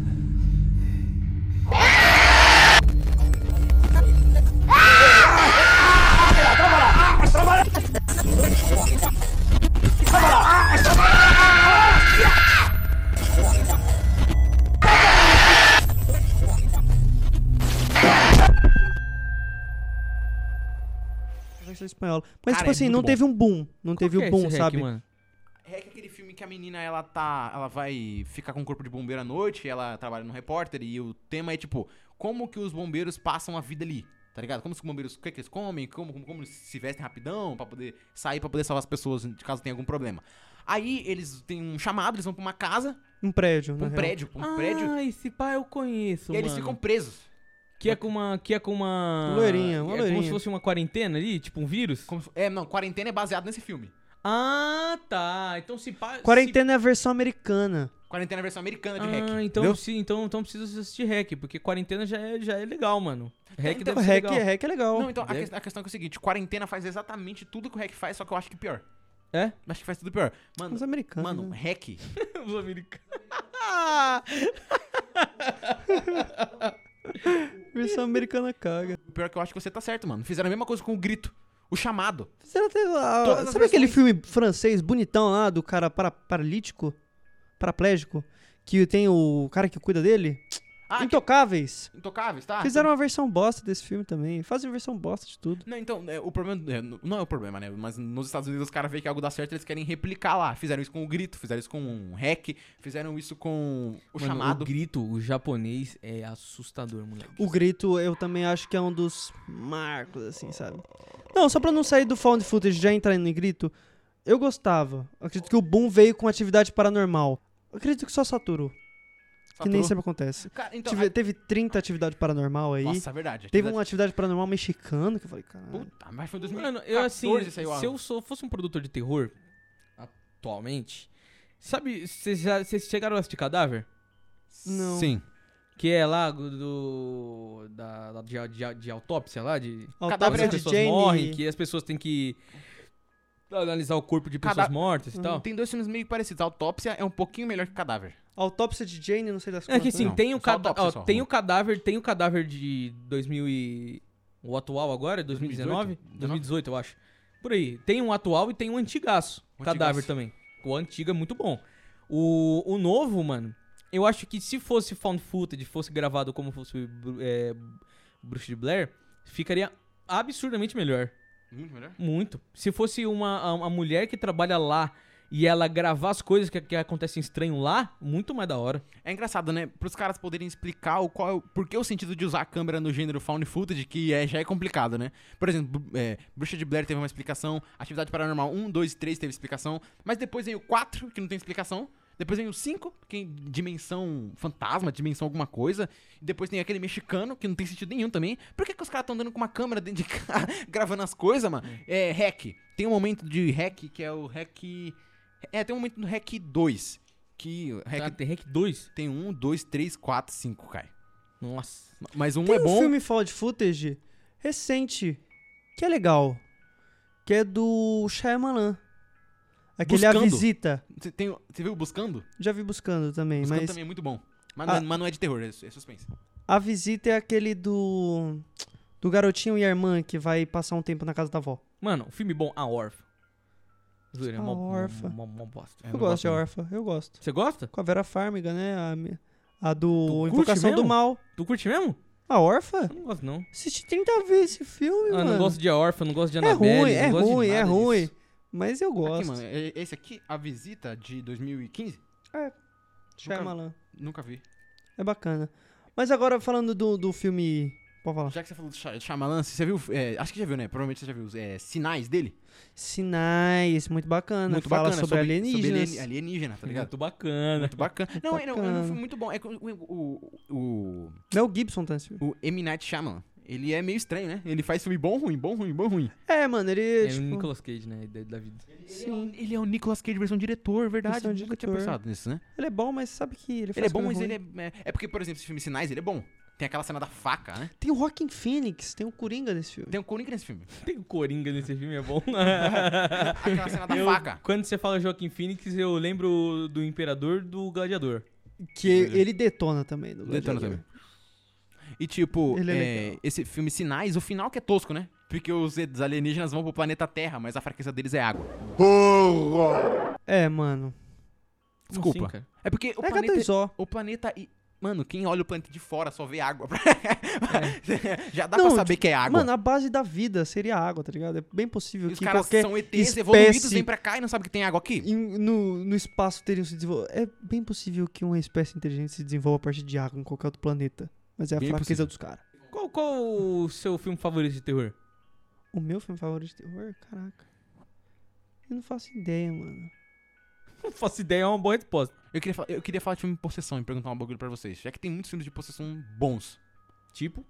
A versão espanhola. Mas, é Cara, tipo é assim, muito não bom. teve um boom. Não teve que o é boom, esse hack, sabe? mano? É que aquele filme que a menina, ela tá. Ela vai ficar com o corpo de bombeiro à noite, ela trabalha no repórter, e o tema é tipo, como que os bombeiros passam a vida ali? Tá ligado? Como os bombeiros, o que, que eles comem, como, como, como eles se vestem rapidão pra poder sair pra poder salvar as pessoas de caso tenha algum problema. Aí eles têm um chamado, eles vão pra uma casa, Um prédio, pra né? um prédio, pra um prédio, Ah, esse pai eu conheço, e eles mano. ficam presos. Que é com uma. Que é com uma. Loirinha, uma é Como loirinha. se fosse uma quarentena ali, tipo um vírus. É, não, quarentena é baseado nesse filme. Ah, tá. Então se pá. Quarentena é a versão americana. Quarentena é a versão americana de ah, hack. Então, entendeu? se, então, então precisa assistir hack, porque quarentena já é, já é legal, mano. Hack Então, deve ser hack legal. é- hack é legal. Não, então a, Deve- questão- a questão é, que é o seguinte: quarentena faz exatamente tudo que o hack faz, só que eu acho que pior. É? [laughs] Acho que faz tudo pior. Mano, Os americanos, Mano, né? hack. Os americanos. versão americana caga. O pior é que eu acho que você tá certo, mano. Fizeram a mesma coisa com o grito. O chamado. Será que teve lá- Todas as sabe aquele versões- filme francês bonitão lá do cara para, paralítico? Paraplégico? Que tem o cara que cuida dele? Ah, Intocáveis. Ah, Intocáveis, tá? Então, Fizeram uma versão bosta desse filme também. Fazem versão bosta de tudo. Não, então, é, o problema. é, n- não é o problema, né? Mas nos Estados Unidos os caras veem que algo dá certo eles querem replicar lá. Fizeram isso com o grito, fizeram isso com o hack, fizeram isso com o Mano, chamado. O grito, o japonês é assustador, moleque. O grito eu também acho que é um dos marcos, assim, sabe? Não, só pra não sair do found footage e já entrar em grito, eu gostava. Acredito que o boom veio com atividade paranormal. Acredito que só saturou. Que nem Saturou? sempre acontece. Cara, então, Tive- a- Teve 30 atividade paranormal aí. Nossa, é verdade. Teve um Atividade- uma atividade paranormal mexicana que eu falei, caralho. Puta, mas foi em 2014 Mano, eu assim, saiu a- se eu sou, fosse um produtor de terror atualmente, sabe, vocês já- vocês chegaram a assistir Cadáver? Não. Sim. Que é lá do. Da, da- de, de- de autópsia lá, de. Autópsia as de pessoas Jane. morrem, que as pessoas têm que. Analisar o corpo de pessoas Cada- mortas e tal. Tem dois filmes meio parecidos. Autópsia é um pouquinho melhor que Cadáver. Autópsia de Jane, não sei das É coisas. que sim, Não, tem, é o só cada- autópsia ó, só. tem o cadáver, tem o cadáver de 2000 e o atual agora, é 2019, 2018? 2018, eu acho. Por aí, tem um atual e tem um antigaço, O cadáver antigaço. também. O antigo é muito bom. O, o novo, mano, eu acho que se fosse found footage, fosse gravado como fosse bru- é, Bruxa de Blair, ficaria absurdamente melhor. Muito melhor? Muito. Se fosse uma, uma mulher que trabalha lá e ela gravar as coisas que, que acontecem estranho lá, muito mais da hora. É engraçado, né? Para os caras poderem explicar o qual, é o- por que o sentido de usar a câmera no gênero found footage, que é, já é complicado, né? Por exemplo, bu- é, Bruxa de Blair teve uma explicação, Atividade Paranormal 1, 2 e 3 teve explicação, mas depois vem o 4, que não tem explicação, depois vem o 5, que é dimensão fantasma, dimensão alguma coisa, e depois tem aquele mexicano, que não tem sentido nenhum também. Por que, que os caras estão andando com uma câmera dentro de casa, [laughs] gravando as coisas, mano? É, hack. Tem um momento de hack, que é o hack... É, tem um momento do hack 2, É que... Hack... Ah, tem hack 2? Tem um, dois, três, quatro, cinco, Kai. Nossa. Mas um Tem é um bom. filme found footage recente que é legal, que é do Shyamalan. Aquele A Buscando. Visita. Você tem- você viu Buscando? Já vi Buscando também, Buscando mas também é muito bom. Mas, Ah. não, mas não é de terror, é, su- é suspense. A Visita é aquele do do garotinho e a irmã que vai passar um tempo na casa da avó. Mano, um filme bom, A Orfa. Zoeira, A mó, mó- Órfã. Mó, mó bosta. Eu gosto de Orfa, eu gosto. Você gosta? Com a Vera Farmiga, né? A, mi- a do curte Invocação do mesmo? Mal. Tu curte mesmo? A Orfa? Eu não gosto, não. Assisti 30 vezes esse filme, Ah, mano. não gosto de A Orfa, não gosto de É Anabelle. ruim, não é gosto de ruim, é nada disso. tá ruim. Mas eu gosto. Aqui, mano, é- esse aqui, A Visita de 2015? É. Shyamalan. Nunca vi. É bacana. Mas agora falando do, do filme. Pode falar. Já que você falou do Shy- Shyamalan, você viu... é, acho que já viu, né? Provavelmente você já viu os é, sinais dele. Sinais, muito bacana. Muito Fala bacana. sobre, alienígenas. Sobre alien- alienígena, tá ligado? Muito bacana. Muito bacana. Não, é, não, é um bacana. filme muito bom. É que o, o, o, Mel Gibson tá nesse filme. o M. Night Shyamalan, ele é meio estranho, né? Ele faz filme bom, ruim, bom, ruim, bom, ruim. É, mano, ele. É tipo, o Nicolas Cage, né? Da, da vida. [laughs] Sim. Ele é o Nicolas Cage versão diretor, verdade. Versão Nunca tinha diretor. pensado nisso, né? Ele é bom, mas sabe que ele faz Ele é bom, coisa mas ruim. ele é, é. é porque, por exemplo, esse filme Sinais, ele é bom. Tem aquela cena da faca, né? Tem o Rockin' Phoenix, tem o Coringa nesse filme. Tem o Coringa nesse [laughs] filme. Tem o Coringa nesse filme, [laughs] é bom. Aquela cena da Eu- faca. Quando você fala Joaquim Phoenix, eu lembro do Imperador do Gladiador. Que ele detona também. No Detona Gladiador. também. E tipo, Ele é é, esse filme Sinais, o final que é tosco, né? Porque os alienígenas vão pro planeta Terra, mas a fraqueza deles é água. É, mano. Desculpa. assim, cara? é porque o É planeta. H2O. O planeta. e- Mano, quem olha o planeta de fora só vê água. [laughs] Já dá Não, pra saber que é água. Mano, a base da vida seria a água, tá ligado? É bem possível E os que caras qualquer são ETs espécie evoluídos, vêm pra cá e não sabem que tem água aqui. em- no, no espaço teriam se desenvolvido. É bem possível que uma espécie inteligente se desenvolva a partir de água em qualquer outro planeta. Mas é a Bem fraqueza possível. dos caras. Qual, qual o seu filme favorito de terror? [laughs] O meu filme favorito de terror? Caraca. Eu não faço ideia, mano. Não faço ideia, é uma boa resposta. Eu queria, falar, eu queria falar de filme de possessão e perguntar um bagulho pra vocês. Já que tem muitos filmes de possessão bons. Tipo,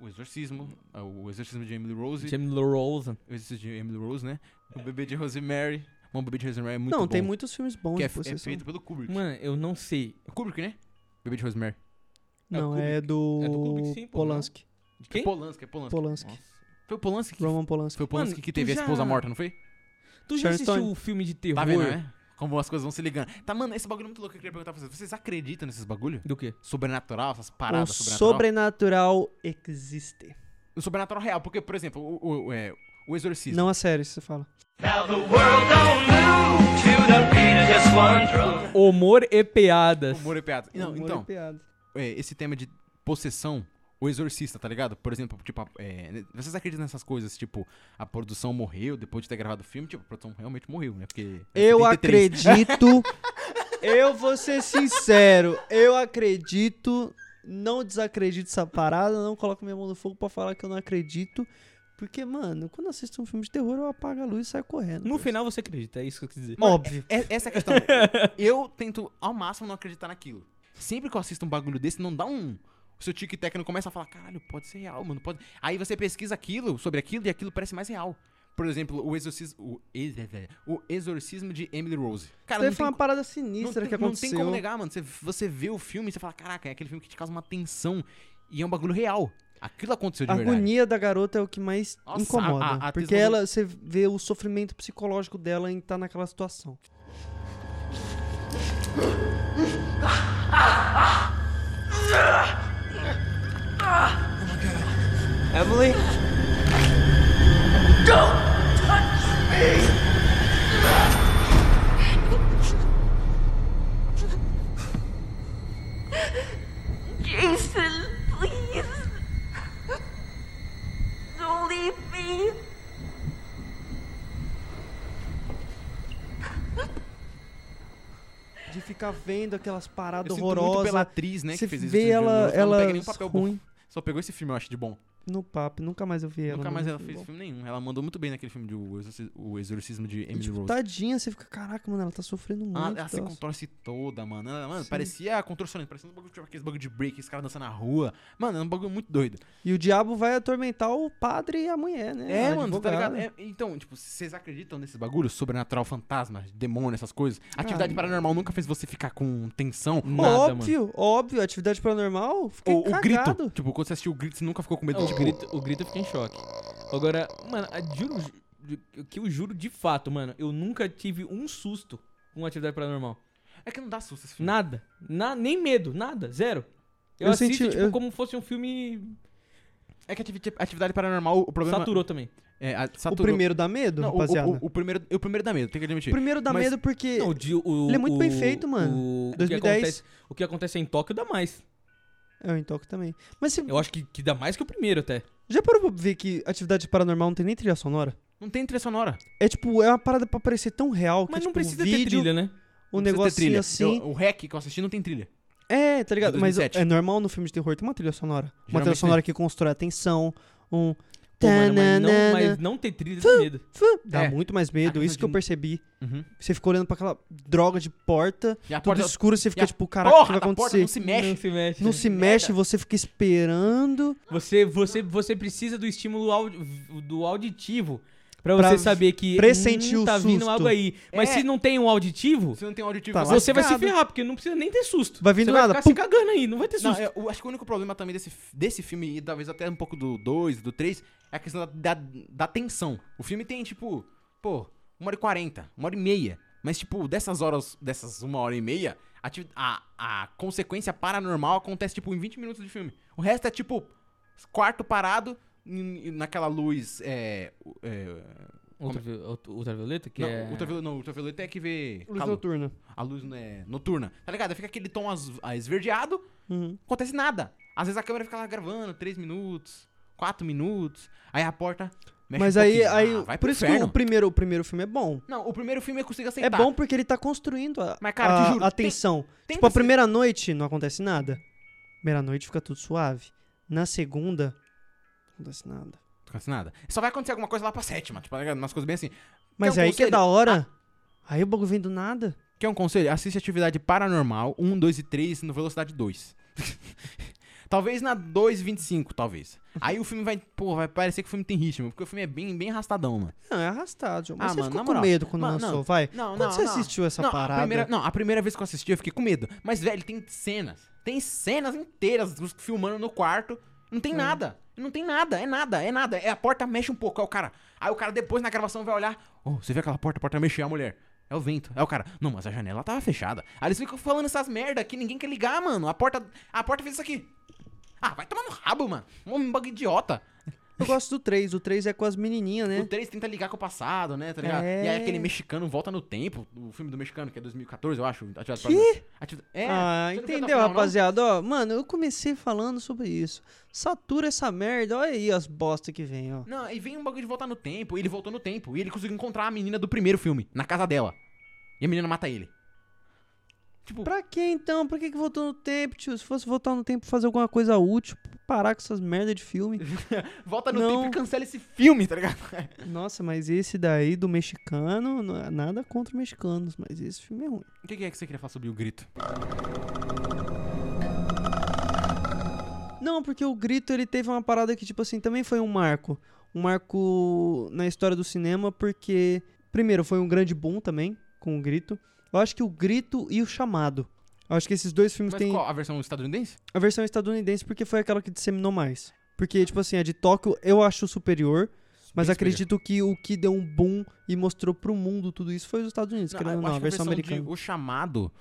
O Exorcismo, ah, o Exorcismo de Emily Rose, Jamie Lee Rose. o Exorcismo de Emily Rose, né? O Bebê de Rosemary. Bom, o Bebê de Rosemary é muito não, bom. tem muitos filmes bons que é, de f- é possessão. feito pelo Kubrick. Mano, eu não sei. É Kubrick, né? Bebê de Rosemary. é o não, Kubrick. é do, É do Kubrick, sim, pô, não? Polanski. né? De quem? Polanski, é Polanski. Polanski. Foi o Polanski que, Roman Polanski. foi o Polanski Mano, que tu teve a já- esposa morta, não foi? Tu já Sharon assistiu Stone. o filme de terror? Tá vendo, né? Como as coisas vão se ligando. Tá, mano, esse bagulho é muito louco que eu queria perguntar pra vocês. Vocês acreditam nesses bagulho? Do quê? Sobrenatural, essas O paradas sobrenatural? sobrenatural existe. O sobrenatural real, porque, por exemplo, o, o, é, o Exorcismo. Não a série, você fala. Humor e piadas. Humor e piada. Não, Humor é então, piada. é, esse tema de possessão, o exorcista, tá ligado? Por exemplo, tipo, a- é, né, vocês acreditam nessas coisas, tipo, a produção morreu depois de ter gravado o filme? Tipo, a produção realmente morreu, né? Porque. é Eu 73. [laughs] acredito. eu vou ser sincero. Eu acredito. Não desacredito essa parada. Não coloco minha mão no fogo pra falar que eu não acredito. Porque, mano, quando eu assisto um filme de terror, eu apago a luz e saio correndo. No final você acredita, é isso que eu quis dizer. Mano, Óbvio. é- é- essa é a [laughs] questão. eu tento ao máximo não acreditar naquilo. Sempre que eu assisto um bagulho desse, não dá um. O seu tic-tac não começa a falar, caralho, pode ser real, mano. Pode... Aí você pesquisa aquilo sobre aquilo e aquilo parece mais real. Por exemplo, o exorcismo. O, ex- é, o exorcismo de Emily Rose. Cara, não Teve tem uma parada Não sinistra tem- que aconteceu. Não tem como negar, mano. Você, você vê o filme e você fala, caraca, é aquele filme que te causa uma tensão. E é um bagulho real. Aquilo aconteceu de A verdade. agonia da garota é o que mais Nossa, incomoda. a- a- a porque atriz não- ela, você vê o sofrimento psicológico dela em estar naquela situação. Emily? Don't touch me! Jason, please. Don't leave me. De ficar vendo aquelas paradas Eu sinto horrorosas. muito pela atriz, né, Você que fez isso. vê ela, não ela pega nenhum papel ruim bom. Só pegou esse filme, eu acho, de bom. no papo. Nunca mais eu vi ela. Nunca não, mais não ela foi fez bom. filme nenhum. Ela mandou muito bem naquele filme de O Exorci- O Exorcismo de Emily Rose. Tadinha, você fica, caraca, mano, ela tá sofrendo Tipo, tá muito. Ah, ela se nossa." contorce toda, mano. Ela- mano, Sim. parecia contorcionista, parecia uns bagulho, tipo, aqueles bagulho de break, esse cara dançando na rua. Mano, é um bagulho muito doido. E o diabo vai atormentar o padre e a mulher, né? É, A mano, você tá ligado? advogada. É, então, tipo, vocês acreditam nesses bagulhos? Sobrenatural, fantasma, demônio, essas coisas? Atividade Ah, paranormal nunca fez você ficar com tensão? óbvio, óbvio. Atividade paranormal, fiquei O, o cagado. grito. Tipo, quando você assistiu o grito, você nunca ficou com medo O de grito, o grito eu fiquei em choque. Agora, mano, a- juro ju- que eu juro de fato, mano, eu nunca tive um susto com atividade paranormal. É que não dá susto esse filme. Nada. Na- nem medo, nada, zero. Eu, Eu assisto senti- tipo, eu- como fosse um filme. É que ativi- atividade paranormal, o problema. Saturou também. É, a- O saturou. primeiro dá medo, Não, o- o- rapaziada? O, o primeiro, o primeiro dá medo, tem que admitir. O primeiro dá Mas- medo porque Não, o di- o- ele é muito bem o- feito, mano. O, o 2010. Que acontece, o que acontece em Tóquio dá mais. É, o Intoque também. Mas se... Eu acho que, que dá mais que o primeiro até. Já parou pra ver que atividade paranormal não tem nem trilha sonora? Não tem trilha sonora. É tipo, é uma parada pra parecer tão real que Mas é, não tipo, precisa um ter vídeo, trilha, né? Um Não precisa ter negocinho trilha. assim. Eu- o REC que eu assisti não tem trilha. É, tá ligado? De Mas 2007. é normal no filme de terror ter uma trilha sonora. uma trilha Geralmente sonora que constrói a tensão, um. Pô, mano, mas não, Tananana. mas não ter trilha dá medo. Fã, Dá É. muito mais medo, isso que eu percebi. Ah, Uhum. Você fica olhando pra aquela droga de porta, E a tudo porta- escuro, você e fica a tipo, caraca, o que vai porra da porta acontecer? não se mexe. né? Não se mexe. Não se mexe, né? você fica esperando. Você, você, você precisa do estímulo audi- do auditivo pra Pra você saber que pressentir hum, o tá vindo susto. algo aí. Mas É. se não tem um auditivo, Se não tem um auditivo, Tá você vai se lascado. ferrar, porque não precisa nem ter susto. Vai vir você do nada, Vai ficar se pum. cagando aí, não vai ter Não, susto. é, eu acho que o único problema também desse, desse filme, e talvez até um pouco do 2, do 3, é a questão da, da, da tensão. O filme tem, tipo, pô, uma hora e quarenta, uma hora e meia. Mas, tipo, dessas horas, dessas uma hora e meia, a, ti- a, a consequência paranormal acontece, tipo, em 20 minutos de filme. O resto é, tipo, quarto parado n- naquela luz, é... o- é Ultra- ultra- Ultravioleta, que não, é... ultravioleta, não, ultravioleta é que vê... Luz noturna. A luz né, noturna, tá ligado? Fica aquele tom azu- ah, esverdeado, Uhum. acontece nada. Às vezes a câmera fica lá gravando 3 minutos, 4 minutos, aí a porta mexe Mas um aí, pouquinho. aí Ah, vai por pro isso que inferno. o primeiro, o primeiro filme é bom. Não, o primeiro filme eu consigo É aceitar. bom porque ele tá construindo a, Mas, cara, te a- juro, a tem- tensão. tem tipo, a que ser- primeira noite não acontece nada. Primeira noite fica tudo suave. Na segunda, não acontece nada. Não acontece nada. Só vai acontecer alguma coisa lá pra sétima, tipo, tá ligado? umas coisas bem assim. Mas Quer um aí que é conselho? Ah. da hora. Aí o bagulho vem do nada. Quer um conselho? Assiste Atividade Paranormal 1, 2 e 3 no Velocidade 2. [laughs] talvez na 2,25, talvez. Aí o filme vai, pô, vai parecer que o filme tem ritmo, porque o filme é bem, bem arrastadão, mano. Não, é arrastado, João. Ah, Mas você mano, ficou na com moral. medo quando Mano, lançou, não. vai? Não, quando não, você não. assistiu essa Não, parada? A primeira, não, a primeira vez que eu assisti, eu fiquei com medo. Mas, velho, tem cenas. Tem cenas inteiras dos- filmando no quarto. Não tem nada. Não tem nada, é nada, é nada. É a porta mexe um pouco, é o cara. Aí o cara depois na gravação vai olhar. Oh, você vê aquela porta, a porta mexeu, é a mulher. É o vento. É o cara. Não, mas a janela tava fechada. Aí eles ficam falando essas merda que ninguém quer ligar, mano. A porta. A porta fez isso aqui. Ah, vai tomar no rabo, mano. Um bagulho idiota. Eu gosto do 3. O 3 é com as menininhas, né? O 3 tenta ligar com o passado, né? Tá ligado? É. E aí aquele mexicano volta no tempo. O filme do mexicano, que é 2014, eu acho. Atividade Quê? Paranormal. Ativi- É, ah, você não viu até o entendeu, final, não? rapaziada? Ó, mano, eu comecei falando sobre isso. Satura essa merda, olha aí as bosta que vem, ó. Não, e vem um bagulho de voltar no tempo. e Ele voltou no tempo. E ele conseguiu encontrar a menina do primeiro filme, na casa dela. E a menina mata ele. Pra que então? Pra que que voltou no tempo, tio? Se fosse voltar no tempo fazer alguma coisa útil, parar com essas merda de filme. Volta no Não. tempo e cancela esse filme, tá ligado? Nossa, mas esse daí do mexicano, n- nada contra os mexicanos, mas esse filme é ruim. O que que é que você queria falar sobre o grito? Não, porque o Grito ele teve uma parada que, tipo assim, também foi um marco. Um marco na história do cinema, porque, primeiro, foi um grande boom também com o Grito. Eu acho que o Grito e o Chamado. Eu acho que esses dois filmes Mas têm qual? A versão estadunidense? a versão estadunidense porque foi aquela que disseminou mais. Porque, tipo assim, a de Tóquio eu acho superior. Mas acredito que o que deu um boom e mostrou pro mundo tudo isso foi os Estados Unidos, que não, eu não, acho a que versão de americana. O Chamado,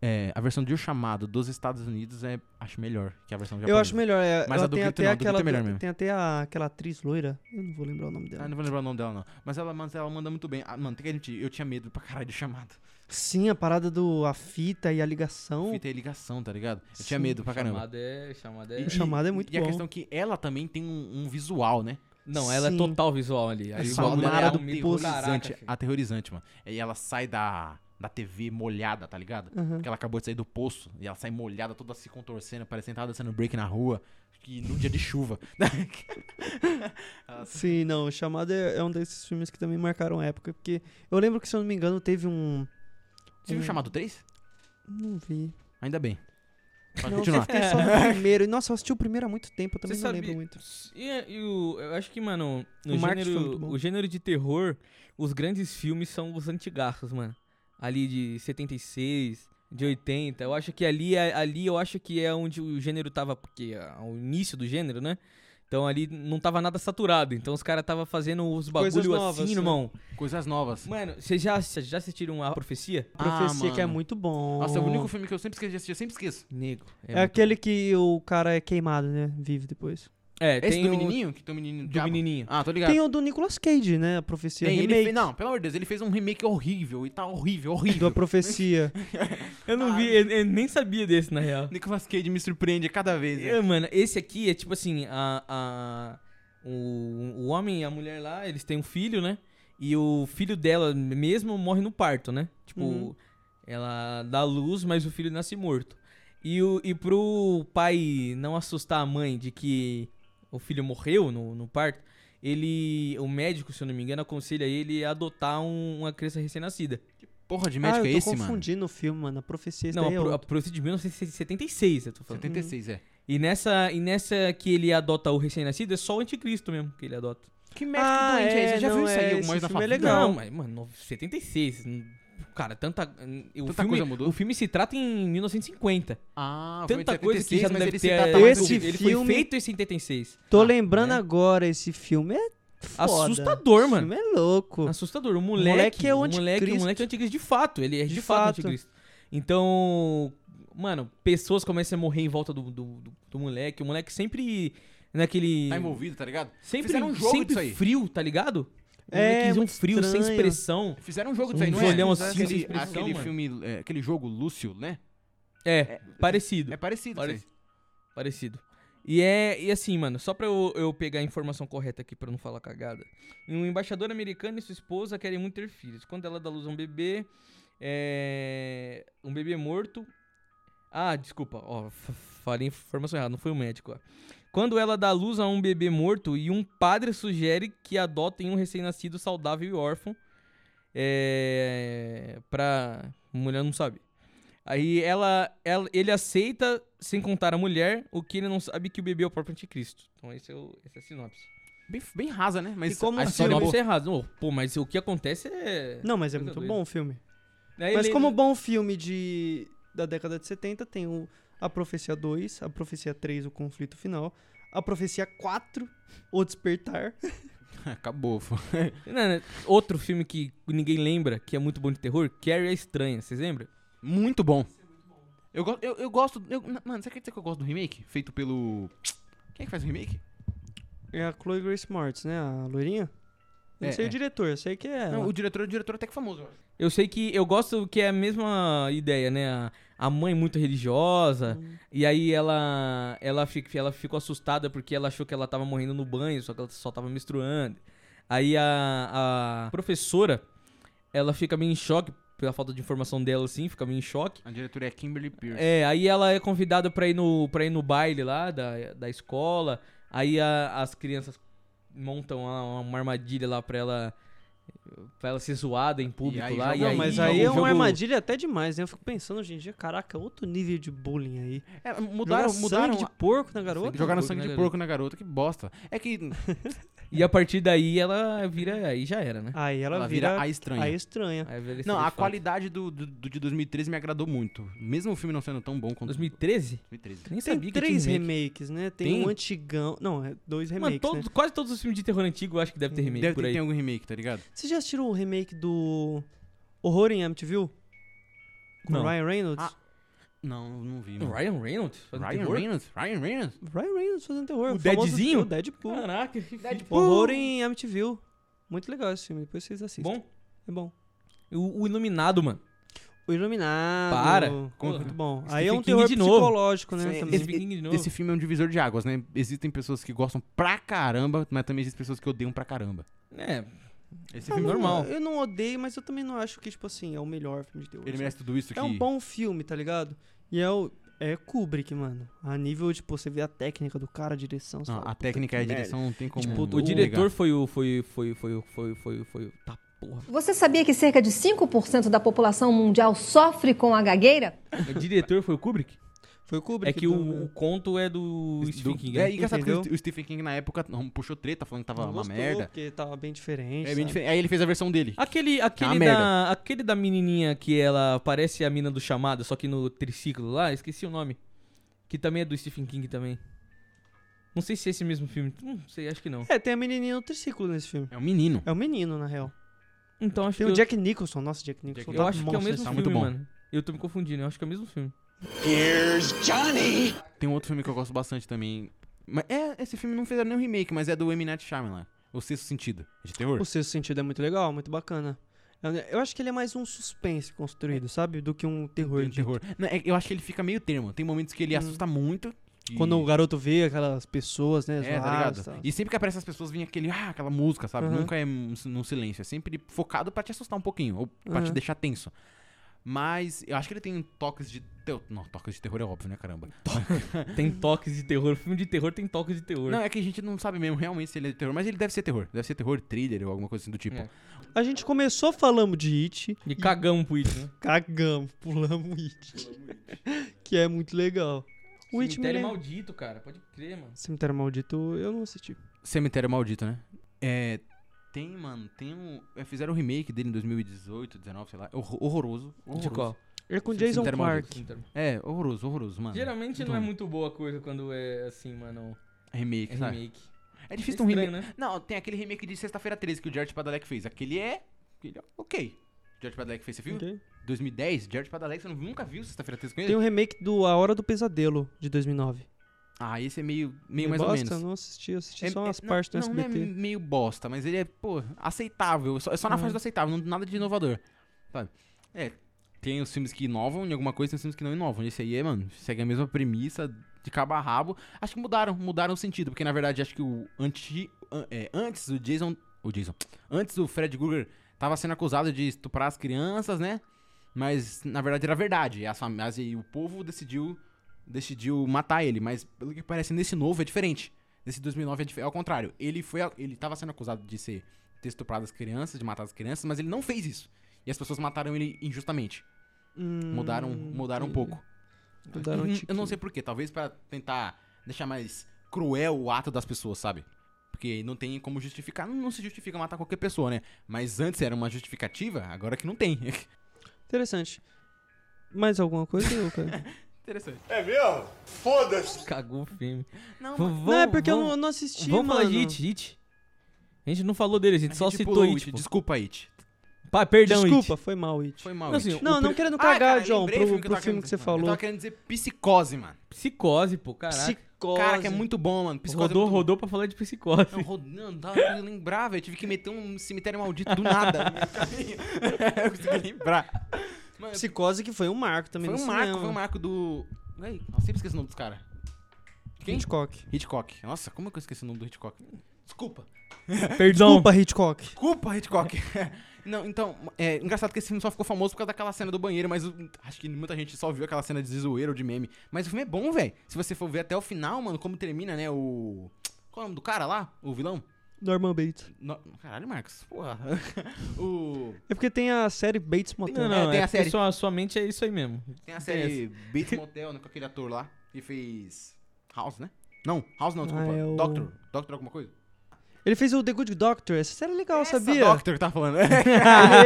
é, a versão de O Chamado dos Estados Unidos é, acho melhor que a versão japonesa. Eu acho melhor, é, Mas ela a do tem até Grito não, a do aquela Grito é melhor do- mesmo. tem até a- aquela atriz loira, eu não vou lembrar o nome dela. Ah, não vou lembrar o nome dela, não. Mas ela, mas ela manda muito bem. Ah, mano, tem que admitir, eu tinha medo pra caralho do Chamado. Sim, a parada do a fita e a ligação. Fita e ligação, tá ligado? Eu tinha Sim. medo pra caramba. Uh. Chamada é. Chamada é. E- Chamada é muito E a bom. questão é que ela também tem um, um visual, né? Não, ela é total visual ali. A Essa visual dela mara é do um meio- poço. Caraca, aterrorizante, é filho. aterrorizante, mano. E ela sai da, da TV molhada, tá ligado? Aham. Porque ela acabou de sair do poço e ela sai molhada, toda se contorcendo, parecendo que tava dançando break na rua. Que no dia de chuva. [laughs] Ah, Ela- Sim, não, o Chamado é, é um desses filmes que também marcaram época, porque eu lembro que, se eu não me engano, teve um... Você viu um- Chamado 3? Não vi. Ainda bem. Pode Não, eu continuar. fiquei só [laughs] no primeiro. E, nossa, eu assisti o primeiro há muito tempo, eu também Você não sabe- lembro muito. E, e o, eu acho que, mano, no O marketing foi muito gênero, bom. o gênero de terror, os grandes filmes são os antigaços, mano. Ali de 76, de 80. Eu acho que ali, é- ali eu acho que é onde o gênero tava, porque é o início do gênero, né? Então ali não tava nada saturado. Então os caras tava fazendo os Coisas bagulho novas, assim, né? irmão. Coisas novas. Ah, Mano, vocês já, vocês já assistiram a Profecia? Profecia que é mano. muito bom. Nossa, é o único filme que eu sempre esqueço de assistir, eu sempre esqueço. Nego. É aquele que o cara é queimado, né? Vive depois. É, Esse tem do o- menininho? Que tem o menininho do diabo? menininho. Ah, tô ligado. Tem o do Nicolas Cage, né? A profecia Tem, ele remake fez, não, pelo amor de Deus, ele fez um remake horrível e tá horrível, da horrível. profecia. Eu não Ah. vi, eu, eu nem sabia desse, na real. [laughs] Nicolas Cage me surpreende cada vez. né? É, mano, esse aqui é tipo assim, a, a- o, o homem e a mulher lá, eles têm um filho, né? E o filho dela mesmo morre no parto, né? Tipo, Uhum. ela dá luz, mas o filho nasce morto. E, o, e pro pai não assustar a mãe de que o filho morreu no, no parto, ele. O médico, se eu não me engano, aconselha ele a adotar um- uma criança recém-nascida. Que porra de é ah, eu tô confundindo o filme, mano. A profecia esse não, daí é a, pro, a outro. Prússia de 1976, eu tô falando. 76, é. E nessa, e nessa que ele adota o recém-nascido, é só o anticristo mesmo que ele adota. Que médico Ah, doente é esse? é, Eu já vi não, isso aí é, alguma mais vez esse na filme é favela. legal. Não, mas, mano, 76. n- hum, Cara, tanta. n- O Tanta filme, coisa mudou? O filme se trata em 1950. Ah, foi em Tanta coisa que 76, já não mas deve ele se ter. é trata mais do- ele Esse foi filme- feito em 76. Tô lembrando agora, esse filme é foda. Assustador, Esse mano. filme é louco. Assustador. O moleque moleque, é o o moleque, o anticristo. moleque é o anticristo de fato. Ele é de, De fato, o fato. anticristo. Então, mano, pessoas começam a morrer em volta do, do, do- do moleque. O moleque sempre naquele... Tá envolvido, tá ligado? Sempre, Fizeram um jogo sempre disso aí. frio, tá ligado? O É, molequezão muito frio, sem estranho. expressão. Fizeram um jogo Um disso aí, não é? olhão Fizeram assim, sem aquele, expressão, aquele mano. filme, é, aquele jogo Lúcio, né? É, parecido. É parecido, Parec- isso Parecido. E é e assim, mano, só pra eu, eu pegar a informação correta aqui pra não falar cagada. Um embaixador americano e sua esposa querem muito ter filhos. Quando ela dá luz a um bebê, é, um bebê morto. Ah, desculpa, ó, f- falei informação errada, não foi o médico, ó. Quando ela dá luz a um bebê morto e um padre sugere que adotem um recém-nascido saudável e órfão, é, pra mulher não sabe. Aí ela, ela- ele aceita sem contar a mulher, o que ele não sabe que o bebê é o próprio anticristo. Então esse é o, essa é a sinopse. Bem, bem rasa, né? Mas E como a um sinopse filme- é errada. Não, Pô, mas o que acontece é... Não, mas é coisa muito doida. bom o filme. Aí mas ele- como bom filme de, da década de 70, tem o, a Profecia 2, a Profecia 3, o conflito final, a Profecia 4, o despertar. é, Acabou. fô. Não, não, outro filme que ninguém lembra, que é muito bom de terror, Carrie a Estranha, vocês lembram? Muito bom. Eu, go- eu, eu gosto... eu- mano, você quer dizer que eu gosto do remake? Feito pelo... Quem é que faz o remake? É a Chloe Grace Moretz, né? A loirinha. Eu não É, sei é. o diretor, eu sei que é Não, ela. o diretor, o diretor até que famoso. eu acho. Eu sei que eu gosto que é a mesma ideia, né? A, a mãe muito religiosa, e aí ela ela, fica, ela ficou assustada porque ela achou que ela tava morrendo no banho, só que ela só tava menstruando. Aí a, a professora, ela fica meio em choque pela falta de informação dela, assim, fica meio em choque. A diretora é Kimberly Pierce. É, aí ela é convidada pra ir no, pra ir no baile lá da, da escola. Aí a- as crianças montam lá uma armadilha lá pra ela, pra ela ser zoada em público aí lá. joga- E Não, aí mas joga aí um é uma jogo- armadilha até demais, né? Eu fico pensando hoje em dia, caraca, outro nível de bullying aí. É, mudaram, Jogar mudaram sangue a- de porco na garota? Jogaram porco sangue na de garota. porco na garota, que bosta. É que. E a partir daí ela vira. Aí já era, né? Aí ela, Ela vira a estranha. A estranha. Aí vira Não, de a fato. qualidade do, do, do de 2013 me agradou muito. Mesmo o filme não sendo tão bom quanto. 2013? 2013. Nem Tem sabia que três tinha remakes, né? Tem, Tem? um antigão. Não, é dois Mano, remakes. todo- né? Hum, quase todos os filmes de terror antigo eu acho que deve ter remake Deve por ter, aí. ter um algum remake, tá ligado? Vocês já assistiram o remake do Horror em Amityville? Com Não. Ryan Reynolds? Ah, Não, não vi. mano. Ryan Reynolds? fazendo Ryan terror? Reynolds? Ryan Reynolds? Ryan Reynolds fazendo terror. O famoso Deadzinho? Ah. Uh! filme, Deadpool. Caraca, que Deadpool. Horror em Amityville. Muito legal esse filme, depois vocês assistem. Bom? É bom. O, o Iluminado, mano. O Iluminado. Para. Pô, Muito bom. Aí é Stephen um King terror de novo. psicológico, né? Sim, também. Stephen King de novo. Esse filme é um divisor de águas, né? Existem pessoas que gostam pra caramba, mas também existem pessoas que odeiam pra caramba. É. Esse Ah, filme é não, normal. Eu não odeio, mas eu também não acho que, tipo assim, é o melhor filme de terror. Ele sabe? merece tudo isso É um que- bom filme, tá ligado? E é o. É Kubrick, mano. A nível, tipo, você vê a técnica do cara, a direção. você Não, fala, Ah, a "Puta técnica que e a merda." direção não tem como. Tipo, O diretor foi o. Foi, foi, foi, foi, foi, foi. Tá porra. Você sabia que cerca de 5% da população mundial sofre com a gagueira? [laughs] O diretor foi o Kubrick? Foi o Kubrick. É que do- o, o conto é do Stephen Do- King. É né? e engraçado que Entendeu? o Stephen King na época não puxou treta, falando que tava Não uma gostou, merda. Porque tava bem diferente. É bem sabe? diferente. Aí ele fez a versão dele. Aquele, aquele, uma da, merda. aquele da menininha que ela parece a mina do chamado, só que no triciclo lá, esqueci o nome. Que também é do Stephen King também. Não sei se é esse mesmo filme. Não sei, acho que não. É, tem a menininha no triciclo nesse filme. É um menino. É um menino, na real. Então acho Tem que. o eu- Jack Nicholson. Nossa, Jack Nicholson. eu, tá acho que é o monstro mesmo nesse filme, filme. mano. Eu tô me confundindo, eu acho que é o mesmo filme. Here's Johnny! Tem um outro filme que eu gosto bastante também. Mas é, esse filme não fez nem um remake, mas é do M. Night Shyamalan. O Sexto Sentido. É de terror. O sexto sentido é muito legal, muito bacana. Eu- Eu acho que ele é mais um suspense construído, sabe? Do que um terror. Tem de- terror. Não, é- eu acho que ele fica meio termo. Tem momentos que ele assusta muito. e- Hum. Quando o garoto vê aquelas pessoas, né? É, tá zoadas ligado? e tal. E sempre que aparecem as pessoas, vem aquele, ah, aquela música, sabe? Uhum. Aham. Nunca é um si- num silêncio. É sempre focado pra te assustar um pouquinho, ou pra te Uhum. Aham. deixar tenso. Mas eu acho que ele tem toques de. teu- Não, toques de terror é óbvio, né, caramba? Tem toques de terror. Filme de terror tem toques de terror. Não, é que a gente não sabe mesmo realmente se ele é de terror, mas ele deve ser terror. Deve ser terror, thriller ou alguma coisa assim do tipo. É. A gente começou falando de It. E cagamos pro It, né? Cagamos, pulamos It. [laughs] que é muito legal. O é It me Cemitério lembra... maldito, cara. Pode crer, mano. Cemitério Maldito, eu não assisti. Cemitério Maldito, né? É. Tem, mano, tem um. é, fizeram um remake dele em 2018, 19, sei lá. Horror- Horroroso. horroroso. qual? É com Cemitério Jason Maldito. Clarke. É, horroroso, horroroso, mano. Geralmente Então. não é muito boa a coisa quando é assim, mano. Remake, É sabe? remake. É difícil É um estranho, remake. né? Não, tem aquele remake de Sexta-feira 13 que o Jared Padalecki fez. Aquele é. Aquele é ok. Jared Padalecki fez, você viu? Ok. 2010, Jared Padalecki, você nunca viu Sexta-feira 13 com ele? Tem um remake do A Hora do Pesadelo, de 2009. Ah, esse é meio, meio mais bosta, ou menos. eu não assisti, eu assisti É- só é- umas não- partes do não, não é SBT. meio bosta, mas ele é, pô, aceitável. É só, é só na fase do aceitável, não- nada de inovador. Sabe? É, tem os filmes que inovam em alguma coisa, tem os filmes que não inovam. Esse aí é, mano, segue a mesma premissa de cabo a rabo. Acho que mudaram, mudaram o sentido, porque na verdade acho que o anti, an- é, antes o Jason, o Jason, antes o Fred Krueger tava sendo acusado de estuprar as crianças, né? Mas na verdade era verdade. E, as fam- as- e o povo decidiu decidiu matar ele, mas pelo que parece nesse novo é diferente. Nesse 2009 é, dif- é ao contrário. Ele foi a- ele tava sendo acusado de ser ter estuprado as crianças, de matar as crianças, mas ele não fez isso. E as pessoas mataram ele injustamente. Mudaram, mudaram um pouco. Hum, Mudaram um Hum, tiquinho. Eu não sei por quê, talvez pra tentar deixar mais cruel o ato das pessoas, sabe? Porque não tem como justificar, não, não se justifica matar qualquer pessoa, né? Mas antes era uma justificativa, agora que não tem. [laughs] Interessante. Mais alguma coisa, cara? Interessante. É mesmo? Foda-se! Cagou o filme. Não, V- não, é vamos- porque eu não- vamos- eu não assisti, Vamos falar de mano. It, It. A gente não falou É dele, a gente A só gente citou pulou It. tipo, pô. Desculpa, It. Pá, perdão, Desculpa, It. foi mal, It. Foi mal, Não, It. assim, Não, o não pri- querendo Ah, cagar, cara, John, lembrei pro, o filme que eu pro tava filme querendo que você dizer, mano. Eu falou. tava querendo dizer psicose, mano. Psicose, pô, caraca. Psicose. Cara, que é muito bom, mano. Psicose rodou, é muito rodou pra falar de psicose. bom. Eu ro- Não, não tava conseguindo lembrar, velho. Eu Tive que meter um cemitério maldito do [laughs] nada. no meio do um caminho. eu consegui lembrar. Mano, Psicose que foi um marco também Foi no um marco, cinema. foi um marco do. Véi, eu sempre esqueço o nome dos caras. Quem? Hitchcock. Hitchcock. Nossa, como é que eu esqueci o nome do Hitchcock? Desculpa. [laughs] Perdão. Desculpa, Hitchcock. Desculpa, Hitchcock. [laughs] não, então, é engraçado que esse filme só ficou famoso por causa daquela cena do banheiro, mas eu- acho que muita gente só viu aquela cena de zoeira ou de meme. Mas o filme é bom, velho. Se você for ver até o final, mano, como termina, né? O. Qual é o nome do cara lá? O vilão? Norman Bates. No- Caralho, Marcos. Porra. [laughs] o. É porque tem a série Bates Motel. Não, não, É, tem é a porque série. Sua, sua mente é isso aí mesmo. Tem a série Bates Motel, né? Com aquele ator lá que fez. House, né? Não, House não, desculpa. é o- Doctor. Doctor alguma coisa? É, Ele fez o The Good Doctor. Essa série é legal, sabia? É Doctor que tá falando. [laughs] ele,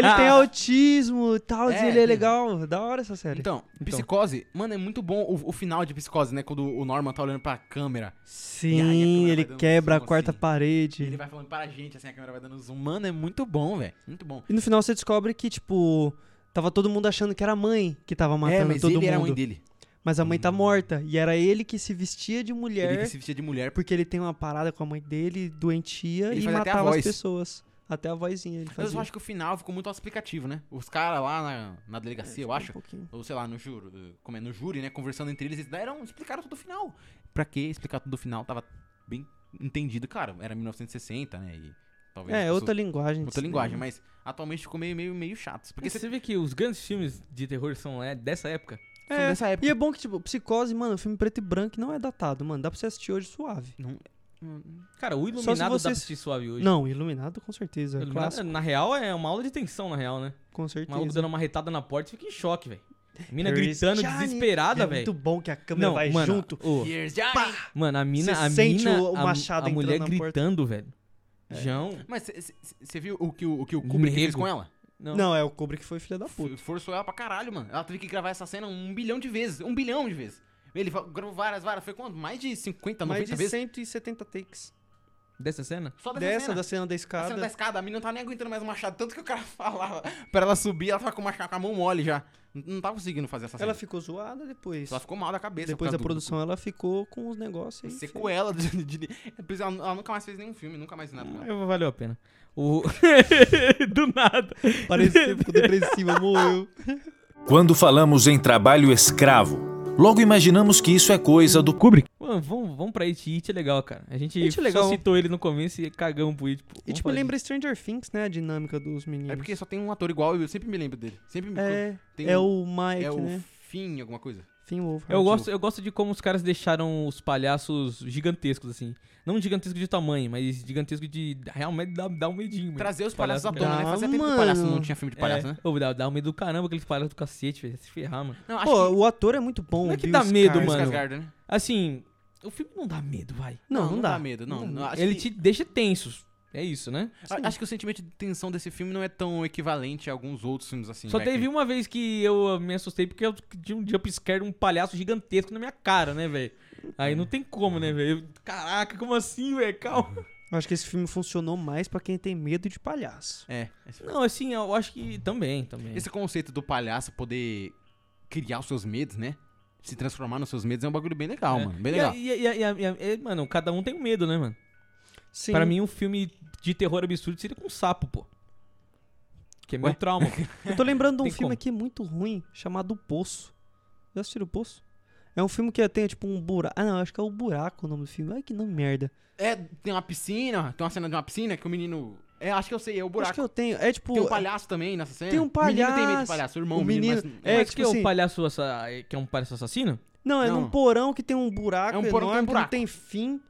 ele tem autismo e tal, É, e ele é ele- legal. Da hora essa série. [laughs] Então, Psicose, mano, é muito bom o, o final de Psicose, né? Quando o Norman tá olhando pra câmera. E aí a Sim, câmera ele vai dando quebra a zoom, quarta assim. parede. E ele vai falando para a gente, assim, a câmera vai dando zoom. Mano, é muito bom, velho. Muito bom. E no final você descobre que, tipo, tava todo mundo achando que era a mãe que tava matando É, mas todo ele mundo. era um a mãe dele. Mas a mãe tá morta. E era ele que se vestia de mulher. Uhum. Ele que se vestia de mulher. Porque ele tem uma parada com a mãe dele, doentia, Ele e fazia até a matava as voz. pessoas. Até a vozinha ele Mas fazia. eu acho que o final ficou muito explicativo, né? Os caras lá na, na delegacia, eu acho. ou sei lá, no júri, como é, no júri, né? Conversando entre eles, eles deram, explicaram tudo o final. Pra que explicar tudo o final? Tava bem entendido, cara. Era 1960, né? E talvez É, as outra linguagem né? de Outra linguagem, cinema. mas atualmente ficou meio, meio, meio chato. Porque Porque você você vê que os grandes filmes de terror são é, dessa época. É, E é bom que, tipo, Psicose, mano, filme preto e branco não é datado, mano. Dá pra você assistir hoje suave. Cara, o Só se Iluminado dá você- pra assistir suave hoje. Não, Iluminado com certeza. é Iluminado, clássico. na real, é uma aula de tensão, na real, né? Com certeza. O maluco dando uma retada na porta fica em choque, velho. Mina Here is gritando, Johnny. desesperada, É velho. muito bom que a câmera Não, vai mano, junto. é- ô, Mano, a mina, Você a sente mina, o- o a- machado a, entrando mulher na porta. gritando, velho. É. Jão. Mas você viu o que o, o que o Kubrick fez Rego. com ela? Não. é o Kubrick foi filha da puta. F- Forçou ela pra caralho, mano. Ela teve que gravar essa cena um bilhão de vezes. Um bilhão de vezes. Ele fa- gravou várias, várias. Foi quanto? Mais de 50, 90 Mais de vezes? 170 takes. Dessa cena? Só dessa Dessa, cena. da cena da A escada. cena da escada, a menina não tá nem aguentando mais o machado. Tanto que o cara [laughs] falava pra ela subir, ela tava com o machado com a mão mole já. N- Não tava conseguindo fazer essa cena. Ela ficou zoada depois. Ela ficou mal da cabeça. Depois por causa da do- produção, ela ficou com os negócios aí. do- Sequela de. de- de- Por isso ela, ela nunca mais fez nenhum filme, nunca mais nada. Eu- Valeu a pena. O... [laughs] Do nada. Parecia, ficou [laughs] depressiva, morreu. Quando falamos em trabalho escravo, logo imaginamos que isso é coisa do Kubrick. [laughs] Mano, vamos, vamos pra It. It é legal, cara. A gente It é só legal. citou ele no começo e cagamos pro It. pô. E Vamos tipo, falar de- lembra Stranger Things, né? A dinâmica dos meninos. É porque só tem um ator igual e eu sempre me lembro dele. Sempre me É, tem é um- o Mike, É né? o Finn, alguma coisa. Finn Wolfhard. Eu gosto, eu gosto de como os caras deixaram os palhaços gigantescos, assim. Não gigantesco de tamanho, mas gigantesco de. Realmente dá, dá um medinho, mano. Trazer os palhaços à Palhaço- tona, né? Ah, Fazia tempo que mano. palhaço não tinha filme de palhaço, É. né? Ô, dá, dá um medo do caramba aqueles palhaços do cacete, velho. Se ferrar, mano. Não, Pô, o ator é muito bom. Não é que Bill dá medo, Skarsgård. mano. Assim, o filme não dá medo, vai. Não, não dá. medo, Não né? não. dá não, medo. acho Ele que- te deixa tenso. É isso, né? a- Acho que o sentimento de tensão desse filme não é tão equivalente a alguns outros filmes assim. Só vai, que- um teve uma vez que eu ah, me assustei porque eu tinha um jumpscare de um palhaço gigantesco na minha cara, né, velho? É. Aí não tem como, né, velho? Eu- Caraca, como assim, velho? Uhum. Calma. Eu acho que esse filme funcionou mais pra quem tem medo de palhaço. É. Não, assim, eu acho que também, também. Esse conceito do palhaço poder criar os seus medos, né? Se transformar nos seus medos é um bagulho bem legal, mano. Bem E legal. a- E, a- e a- e a- e a- e, mano, cada um tem um medo, né, mano? Sim. Pra mim, um filme de terror absurdo seria com um sapo, pô. Que é meu Ué? trauma. pô. Eu tô lembrando de um Tem filme aqui como. muito ruim, chamado O Poço. Já assistiram O Poço? É um filme que tem, tipo, um buraco. Ah, não, acho que é o Buraco o nome do filme. Ai, que nome merda. É, tem uma piscina, tem uma cena de uma piscina que o menino. É, acho que eu sei, é o buraco. Acho que eu tenho. É tipo. Tem um palhaço também nessa cena. Tem um O menino tem medo palhaço, de palhaço, o o irmão, o menino. menino- mas- é, Mas tipo que é assim- o palhaço assa- que é um palhaço assassino? Não, é num Não. porão que tem um buraco É um porão que tem um enorme, que buraco. não tem fim.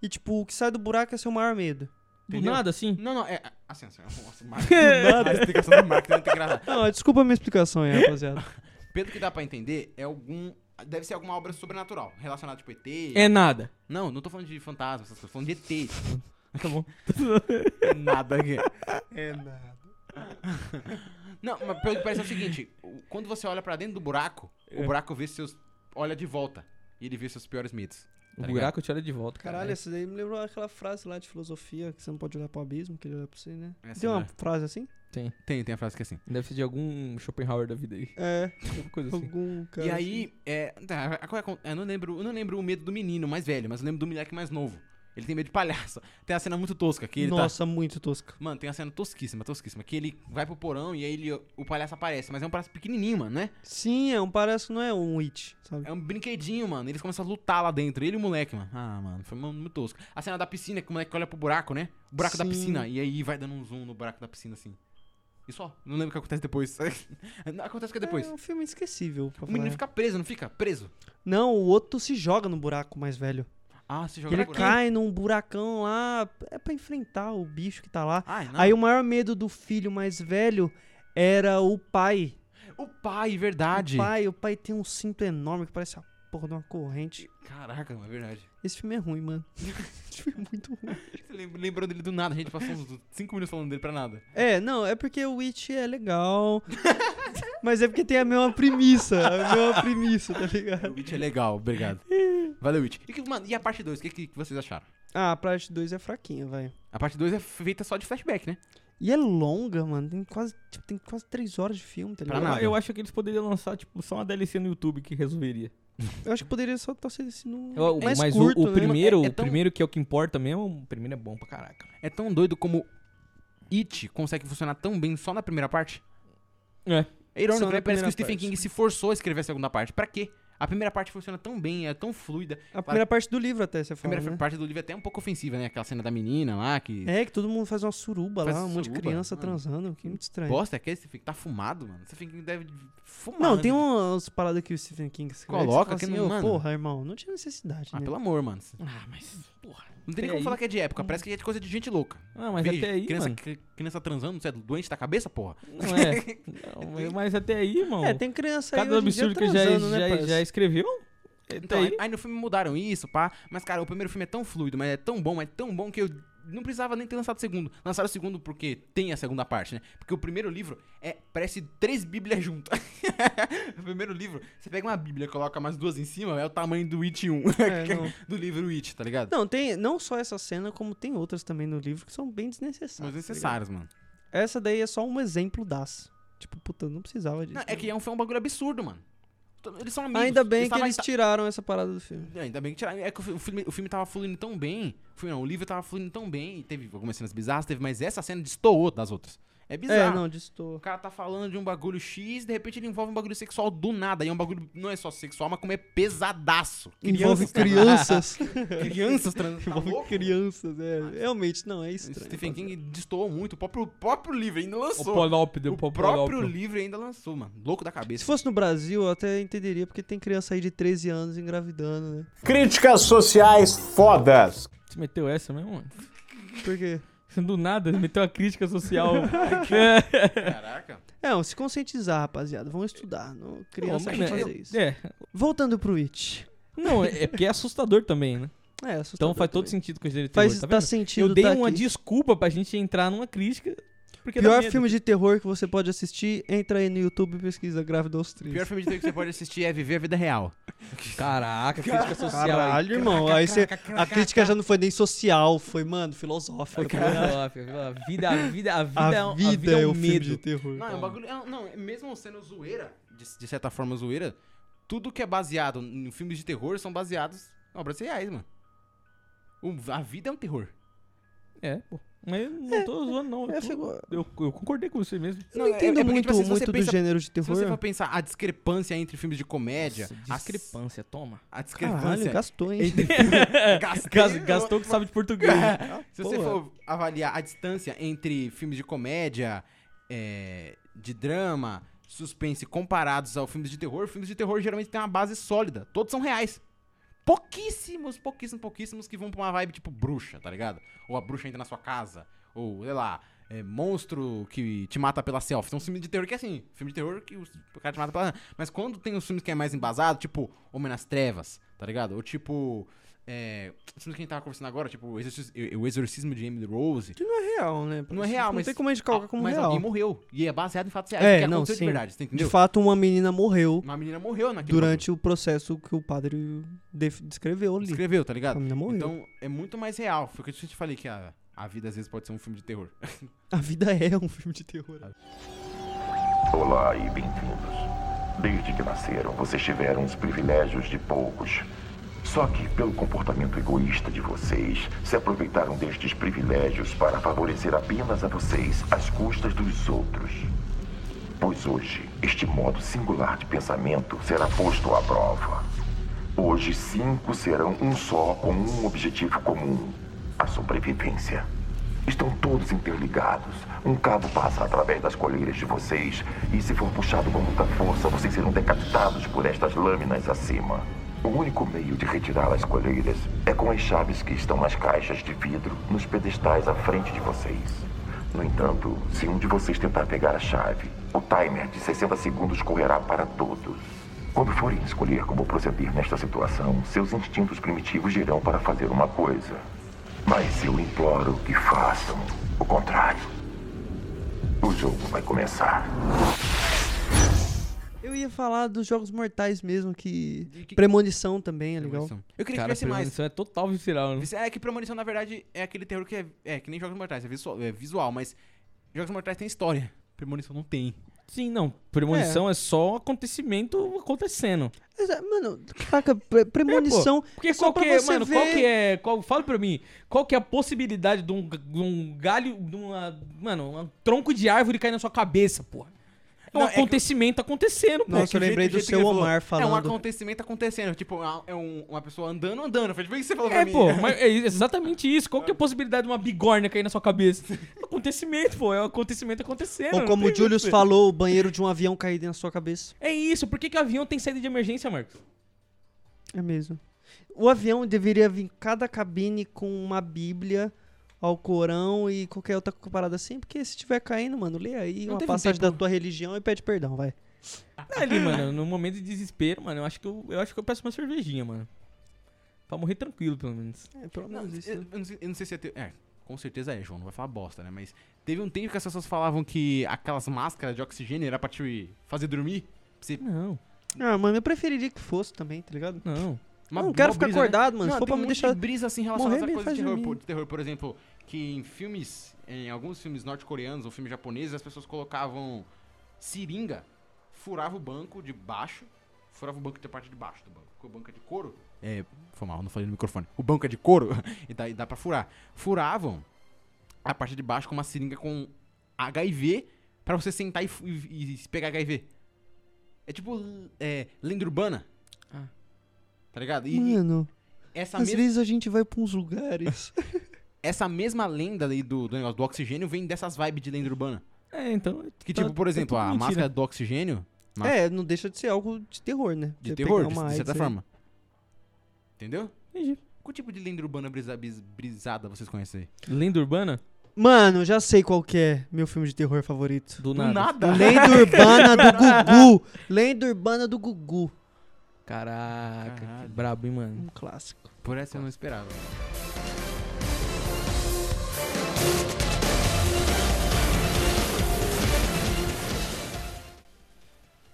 E, tipo, o que sai do buraco é seu maior medo. Do Entendeu? nada, assim? Não, não, é. Assim, assim, nossa, Mark. Do [laughs] nada. A explicação do Mark não tem graça. Não, é, desculpa a minha explicação aí, [laughs] rapaziada. Pelo que dá pra entender, é algum. Deve ser alguma obra sobrenatural relacionada tipo ET. É nada. [laughs] Não, não tô falando de fantasma, essas coisas, tô falando de ET. Tá bom. É nada aqui. É nada. [laughs] Não, mas pelo que parece é o seguinte: o- quando você olha pra dentro do buraco, o buraco vê seus. olha de volta. E ele vê seus piores medos. O buraco te olha de volta, cara. Caralho, essa daí me lembrou aquela frase lá de filosofia que você não pode olhar pro abismo, que ele olha pra você, né? Essa tem uma não é. frase assim? Tem. Tem, tem a frase que é assim. Deve ser de algum Schopenhauer da vida aí. [laughs] É. Alguma coisa assim. Algum cara. e aí, é, tá, a- qual é a- eu, não lembro, eu não lembro o medo do menino mais velho, mas eu lembro do moleque mais novo. Ele tem medo de palhaço. [laughs] Tem a cena muito tosca que ele tá- Nossa, muito tosca. Mano, tem uma cena tosquíssima, tosquíssima. Que ele vai pro porão e aí ele, o palhaço aparece. Mas é um palhaço pequenininho, mano, né? Sim, é um parece que não é um it, sabe? É um brinquedinho, mano. Eles começam a lutar lá dentro. Ele e o moleque, mano. Ah, mano, foi mano, muito tosco. A cena da piscina, que o moleque olha pro buraco, né? O buraco da Sim. piscina. E aí vai dando um zoom no buraco da piscina, assim. E só. Não lembro o que acontece depois. [laughs] Não, acontece o que depois? É um filme esquecível. Pra o menino falar. fica preso, não fica? Preso. Não, o outro se joga no buraco mais velho. Ah, se joga Ele no buraco. cai num buracão lá, é pra enfrentar o bicho que tá lá. Ai, não. Aí o maior medo do filho mais velho era o pai. O pai, verdade. O pai, o pai tem um cinto enorme que parece a porra de uma corrente. Caraca, mano, é verdade. Esse filme é ruim, [laughs] mano. Esse filme é muito ruim. Você lem- lembrou dele do nada, a gente passou uns [laughs] 5 minutos falando dele pra nada. É, não, é porque o Witch é [laughs] legal. mas é porque tem a mesma premissa. A mesma premissa, tá ligado? O Witch é [laughs] legal, obrigado. Valeu, Witch. E, que- mano, e a parte 2, o que, que vocês acharam? Ah, a parte 2 é fraquinha, vai. A parte 2 é feita só de flashback, né? E é longa, mano. Tem quase, tipo, tem quase 3 horas de filme, tá ligado? Eu- Eu acho que eles poderiam lançar, tipo, só uma DLC no YouTube que resolveria. Eu acho que poderia só torcer esse no. Eu- É o- mais mas o- curto, o, né? primeiro, É- é o tão- primeiro que é o que importa mesmo, o primeiro é bom pra caraca. É tão doido como It consegue funcionar tão bem só na primeira parte. É. É irônico, Só né? na Parece que primeira o Stephen parte. King se forçou a escrever a segunda parte. Pra quê? A primeira parte funciona tão bem, é tão fluida. A primeira parte do livro até, você A fala. Uhum. primeira né? parte do livro é até um pouco ofensiva, né? Aquela cena da menina lá que. É, que todo mundo faz uma suruba Faz lá, um monte de suruba, Ah. criança mano. transando, que é muito estranho. Bosta, é que esse Stephen King tá fumado, mano. Stephen King deve fumar. Não, né? um- tem umas paradas que o Stephen King escreve que você Coloca fala que assim, não- "Ô, mano." Porra, irmão, não tinha necessidade, Ah, né? pelo amor, mano. Ah, mas. Porra. Não tem nem Até como aí- falar que é de época, parece que é de coisa de gente louca. Ah, mas Veja, até aí, Criança, mano. cri- criança transando, você é doente da cabeça, porra? Não [laughs] é. Não, mas até aí, irmão. É, tem criança aí Cada hoje em dia absurdo que já, transando, né, já- parça? já escreveu. tá Então, aí- aí, aí no filme mudaram isso, pá. Mas, cara, o primeiro filme é tão fluido, mas é tão bom, é tão bom que eu não precisava nem ter lançado o segundo. Lançaram o segundo porque tem a segunda parte, né? Porque o primeiro livro é parece três bíblias juntas. [laughs] o primeiro livro, você pega uma bíblia, coloca mais duas em cima, é o tamanho do It 1. [laughs] É, não. [laughs] do livro It, tá ligado? Não, tem não só essa cena, como tem outras também no livro que são bem desnecessárias. Mas tá necessários, mano. ligado? Essa daí é só um exemplo das. Tipo, puta, não precisava disso. Não, é que é um, foi um bagulho absurdo, mano. Então, Eles são amigos. Ainda bem que estavam- eles tiraram essa parada do filme. É, Ainda bem que tiraram. É que o fi- o filme, o filme tava fluindo tão bem. O, filme, não, o livro tava fluindo tão bem. e Teve algumas cenas bizarras, teve, mas essa cena destoou das outras. É bizarro. É, não, distor. O cara tá falando de um bagulho X, de repente ele envolve um bagulho sexual do nada. E é um bagulho não é só sexual, mas como é pesadaço. Envolve Crianças [laughs] crianças. crianças trans. Tá Envolve louco? crianças, é. Realmente, não, é estranho. Stephen King destoou muito. O próprio, o próprio livro ainda lançou. Polópio, o próprio livro ainda lançou, mano. Louco da Se cabeça. fosse no Brasil, eu até entenderia, porque tem criança aí de 13 anos engravidando, né? Críticas sociais fodas. Você meteu essa mesmo, mano? Por quê? Do nada, meteu uma [laughs] crítica social. Caraca. É, ó, se conscientizar, rapaziada. Vão estudar. Não, criança Bom, não mas fazer é- isso. é. Voltando pro It. Não, é é porque é assustador também, né? É, Então assustador faz todo também. sentido com o gênero de Faz- terror, tá tá vendo? sentido, Eu dei tá uma aqui. desculpa pra gente entrar numa crítica. Porque dá Pior medo. filme de terror que você pode assistir, entra aí no YouTube e pesquisa Grávida aos O 30. pior filme de terror que você pode assistir é Viver a Vida Real. Caraca, crítica social. aí. Caralho, irmão. Aí você, a crítica já não foi nem social, foi, mano, filosófica. tá ligado? Filosófica, filosófica. A vida, a vida, a vida, A é um- vida é é um o filme medo. de terror. Não, é um bagulho. é um- Não, é mesmo sendo zoeira, de, de certa forma zoeira, tudo que é baseado em filmes de terror são baseados em obras reais, mano. O- a vida é um terror. É, pô. Mas eu É. não tô zoando, não. Eu, tô- É, eu, eu concordei com você mesmo. não entendo muito- tipo assim, se você muito do gênero de Se você terror. for pensar a discrepância entre filmes de comédia. Nossa, discrepância, toma. A discrepância. Caralho, gastou, hein? Gastei, [laughs] Gas- gastou que sabe de português. É. Se você Porra. for avaliar a distância entre filmes de comédia, é, de drama, suspense comparados ao filmes de terror, filmes de terror geralmente tem uma base sólida. Todos são reais. Pouquíssimos, pouquíssimos, pouquíssimos que vão pra uma vibe tipo bruxa, tá ligado? Ou a bruxa entra na sua casa. Ou, sei lá, é, monstro que te mata pela selfie. São filmes de terror que é assim. Filme de terror que os- o cara te mata pela. Mas quando tem os filmes que é mais embasado, tipo Homem nas Trevas, tá ligado? Ou tipo. É, os filmes que a gente tava conversando agora, tipo o Exorci- o Exorcismo de Emily Rose. Que não é real, né? Não é real, mas. Não tem como a gente colocar como mas real. alguém morreu. E é baseado em fatos reais. É, porque não, aconteceu sim. de verdade, você entendeu? De fato, uma menina morreu Uma menina morreu naquele durante o processo que o padre def- descreveu ali. Descreveu, tá ligado? A menina morreu. Então é muito mais real. Foi o que eu te falei que a, a vida às vezes pode ser um filme de terror. A vida é um filme de terror. Olá e bem-vindos. Desde que nasceram, vocês tiveram os privilégios de poucos. Só que, pelo comportamento egoísta de vocês, se aproveitaram destes privilégios para favorecer apenas a vocês, às custas dos outros. Pois hoje, este modo singular de pensamento será posto à prova. Hoje, cinco serão um só com um objetivo comum: a sobrevivência. Estão todos interligados. Um cabo passa através das colheiras de vocês e, se for puxado com muita força, vocês serão decapitados por estas lâminas acima. O único meio de retirar as colheiras é com as chaves que estão nas caixas de vidro nos pedestais à frente de vocês. No entanto, se um de vocês tentar pegar a chave, o timer de 60 segundos correrá para todos. Quando forem escolher como proceder nesta situação, seus instintos primitivos dirão para fazer uma coisa. Mas eu imploro que façam o contrário. O jogo vai começar. Eu ia falar dos jogos mortais mesmo, que. Premonição também é legal. [laughs] Eu queria que tivesse mais. é total visceral, né? É que Premonição, na verdade, é aquele terror que é, é que nem Jogos Mortais, é visual, é visual, mas Jogos Mortais tem história. Premonição não tem. Sim, não. Premonição é, só um acontecimento acontecendo. Mas, é, Mano, caraca, pre- premonição. Porque é qual só pra que é, você mano, ver... qual que é. Qual, fala pra mim, qual que é a possibilidade de um, de um galho, de uma. Mano, um tronco de árvore cair na sua cabeça, porra. É um Não, é que- acontecimento acontecendo, Nossa, porra. eu lembrei do seu Omar É um falando. acontecimento acontecendo. Tipo, uma- é um- uma pessoa andando, andando. Eu falei, "Vem que você falou pra É, mim. pô, mas é exatamente isso. Qual que é a possibilidade de uma bigorna cair na sua cabeça? Acontecimento, pô, é um acontecimento acontecendo. Ou não como tem o Julius jeito. falou, o banheiro de um avião cair na sua cabeça. É isso, por que, que o avião tem saída de emergência, Marcos? É mesmo. O avião deveria vir em cada cabine com uma bíblia ao Corão e qualquer outra parada assim, porque se tiver caindo, mano, lê aí Não uma teve um passagem tempo- da tua religião e pede perdão, vai. Tá [laughs] Ali, mano, no momento de desespero, mano, eu acho que eu, eu acho que eu peço uma cervejinha, mano. Pra morrer tranquilo, pelo menos. É, pelo [laughs] Não, menos isso. eu, eu não sei, eu não sei se é. teu- É, com certeza é, João. Não vai falar bosta, né? Mas teve um tempo que as pessoas falavam que aquelas máscaras de oxigênio era pra te fazer dormir. Pra Você... Não. Ah, mano, eu preferiria que fosse também, tá ligado? Não. Eu não quero ficar né? acordado, mano. Se for pra me deixar. brisa assim relacionada morrer, a me coisas faz de terror, dormir. por, de terror, por exemplo, que em filmes, em alguns filmes norte-coreanos ou filmes japoneses, as pessoas colocavam seringa, furava o banco de baixo, furava o banco da parte de baixo do banco, porque o banco é de couro. É, foi mal, não falei no microfone. O banco é de couro e daí dá pra furar. Furavam a parte de baixo com uma seringa com HIV pra você sentar e, fu- e- e pegar HIV. É tipo é, lenda urbana. Ah. Tá ligado? E- e- Mano, essa às mes- vezes a gente vai pra uns [laughs] lugares. essa mesma lenda aí do, do negócio do oxigênio vem dessas vibes de lenda urbana. É, então. Que, tipo, por exemplo, a máscara do oxigênio. mas- É, não deixa de ser algo de terror, né? De Você terror, pegar de, uma de certa AIDS aí. forma. Entendeu? Entendi. Qual tipo de lenda urbana brisa- bis- brisada vocês conhecem aí? Lenda urbana? Mano, já sei qual que é meu filme de terror [laughs] favorito. Do nada. Lenda Urbana do Gugu. Lenda Urbana do Gugu. Caraca, que brabo, hein, mano. Um clássico. Por essa eu não esperava.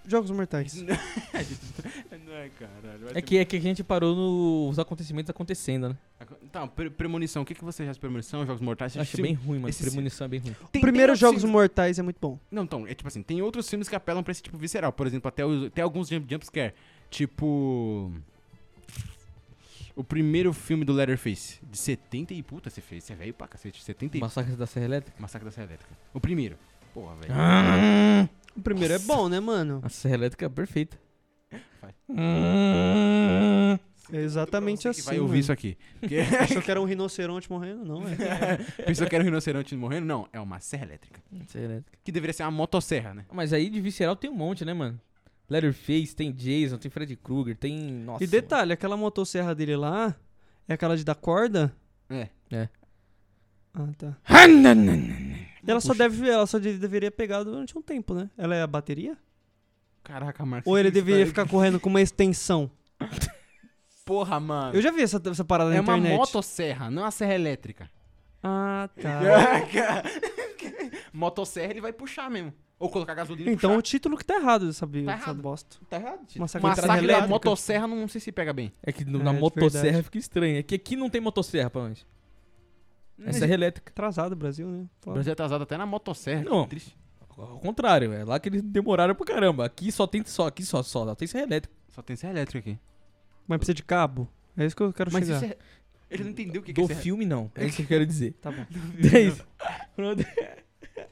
Jogos Mortais. não é, caralho. É que, é que a gente parou nos acontecimentos acontecendo, né? Tá, pre- premonição. O que, que você já premonição? Jogos mortais? Eu acho Esse- bem ruim, mano. esse- Premonição é bem ruim. O Tem- primeiro tem Jogos outros- Mortais é muito bom. Não, então, é tipo assim, tem outros filmes que apelam pra esse tipo visceral. Por exemplo, até, os- até alguns jump, jumpscare. Tipo. O primeiro filme do Leatherface, de 70 e. Puta, você fez, você é velho pra cacete. 70 e. Massacre da Serra Elétrica? Massacre da Serra Elétrica. O primeiro. Porra, velho. Ah, Ah! O primeiro é bom, né, [laughs] mano? A Serra Elétrica é perfeita. Ah! Vai. É exatamente assim. Vai ouvir mano. isso aqui. [laughs] Porque... [laughs] Achou que era um rinoceronte morrendo? Não, é. Pensou que era um rinoceronte morrendo? Não, é uma serra elétrica. Serra Elétrica. Que deveria ser uma motosserra, né? Mas aí de visceral tem um monte, né, mano? Leatherface, tem Jason, tem Freddy Krueger, tem. Nossa. E detalhe, aquela motosserra dele lá é aquela de dar corda? É. É. Ah, tá. mano. E ela só deve, ela só de- deveria pegar durante um tempo, né? Ela é a bateria? Caraca, Marcos. Ou que ele que isso deveria tá- ficar correndo com uma extensão? Porra, mano. Eu já vi essa, essa parada Ah. É na uma internet. motosserra, não é uma serra elétrica. Ah, [laughs] tá. Caraca. [laughs] Motosserra ele vai puxar mesmo. Ou colocar gasolina e Então o puxar. título que tá errado dessa, bi- Tá dessa errado. bosta. Tá errado, tio. Massacre da Massacre da elétrica. motosserra não sei se pega bem. É que no- na É, de motosserra verdade. fica estranho. É que aqui não tem motosserra pra nós. É existe. serra elétrica. Atrasado o Brasil, né? O Foda. Brasil é atrasado até na motosserra. que Não. triste. Ao contrário, é lá que eles demoraram pra caramba. Aqui só tem só, aqui só, só, só tem serra elétrica. Só tem serra elétrica aqui. Mas precisa de cabo? É isso que eu quero Mas chegar. isso é... Ele não entendeu o que, que é Do serra- filme, não. É isso que eu quero dizer. Tá [laughs] bom. É [laughs] isso. Pronto.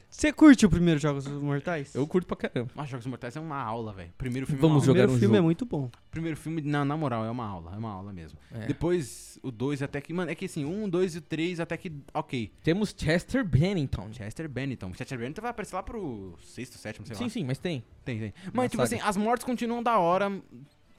Você curte o primeiro Jogos Mortais? Eu curto pra caramba. Mas Jogos Mortais é uma aula, velho. Primeiro filme Vamos o é uma jogar aula. primeiro um filme é jogo. muito bom. Primeiro filme, na, na moral, é uma aula. É uma aula mesmo. É. Depois, o 2 até que... Mano, é que assim, 1, um, 2 e 3 até que... Ok. Temos Chester Bennington. Chester Bennington. Chester Bennington vai aparecer lá pro sexto, sétimo, sei lá. Sim, sim, mas tem. Tem, tem. Na Mas, tipo saga. assim, as mortes continuam da hora.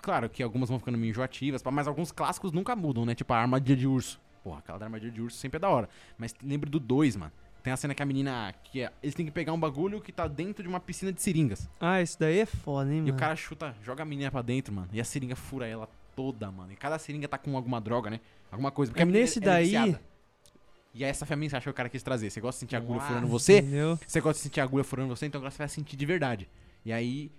Claro que algumas vão ficando meio enjoativas, pá, mas alguns clássicos nunca mudam, né? Tipo a armadilha de urso. Porra, aquela da armadilha de urso sempre é da hora. Mas lembra do 2, mano. Tem a cena que a menina. Que é, eles têm que pegar um bagulho que tá dentro de uma piscina de seringas. Ah, isso daí é foda, hein, E mano? o cara chuta, joga a menina pra dentro, mano. E a seringa fura ela toda, mano. E cada seringa tá com alguma droga, né? Alguma coisa. Porque a menina É Nesse era- era daí- viciada. E aí essa foi a mensagem que o cara quis trazer. Você gosta de sentir agulha Nossa, furando você? entendeu? Você gosta de sentir agulha furando você, então agora você vai sentir de verdade. E aí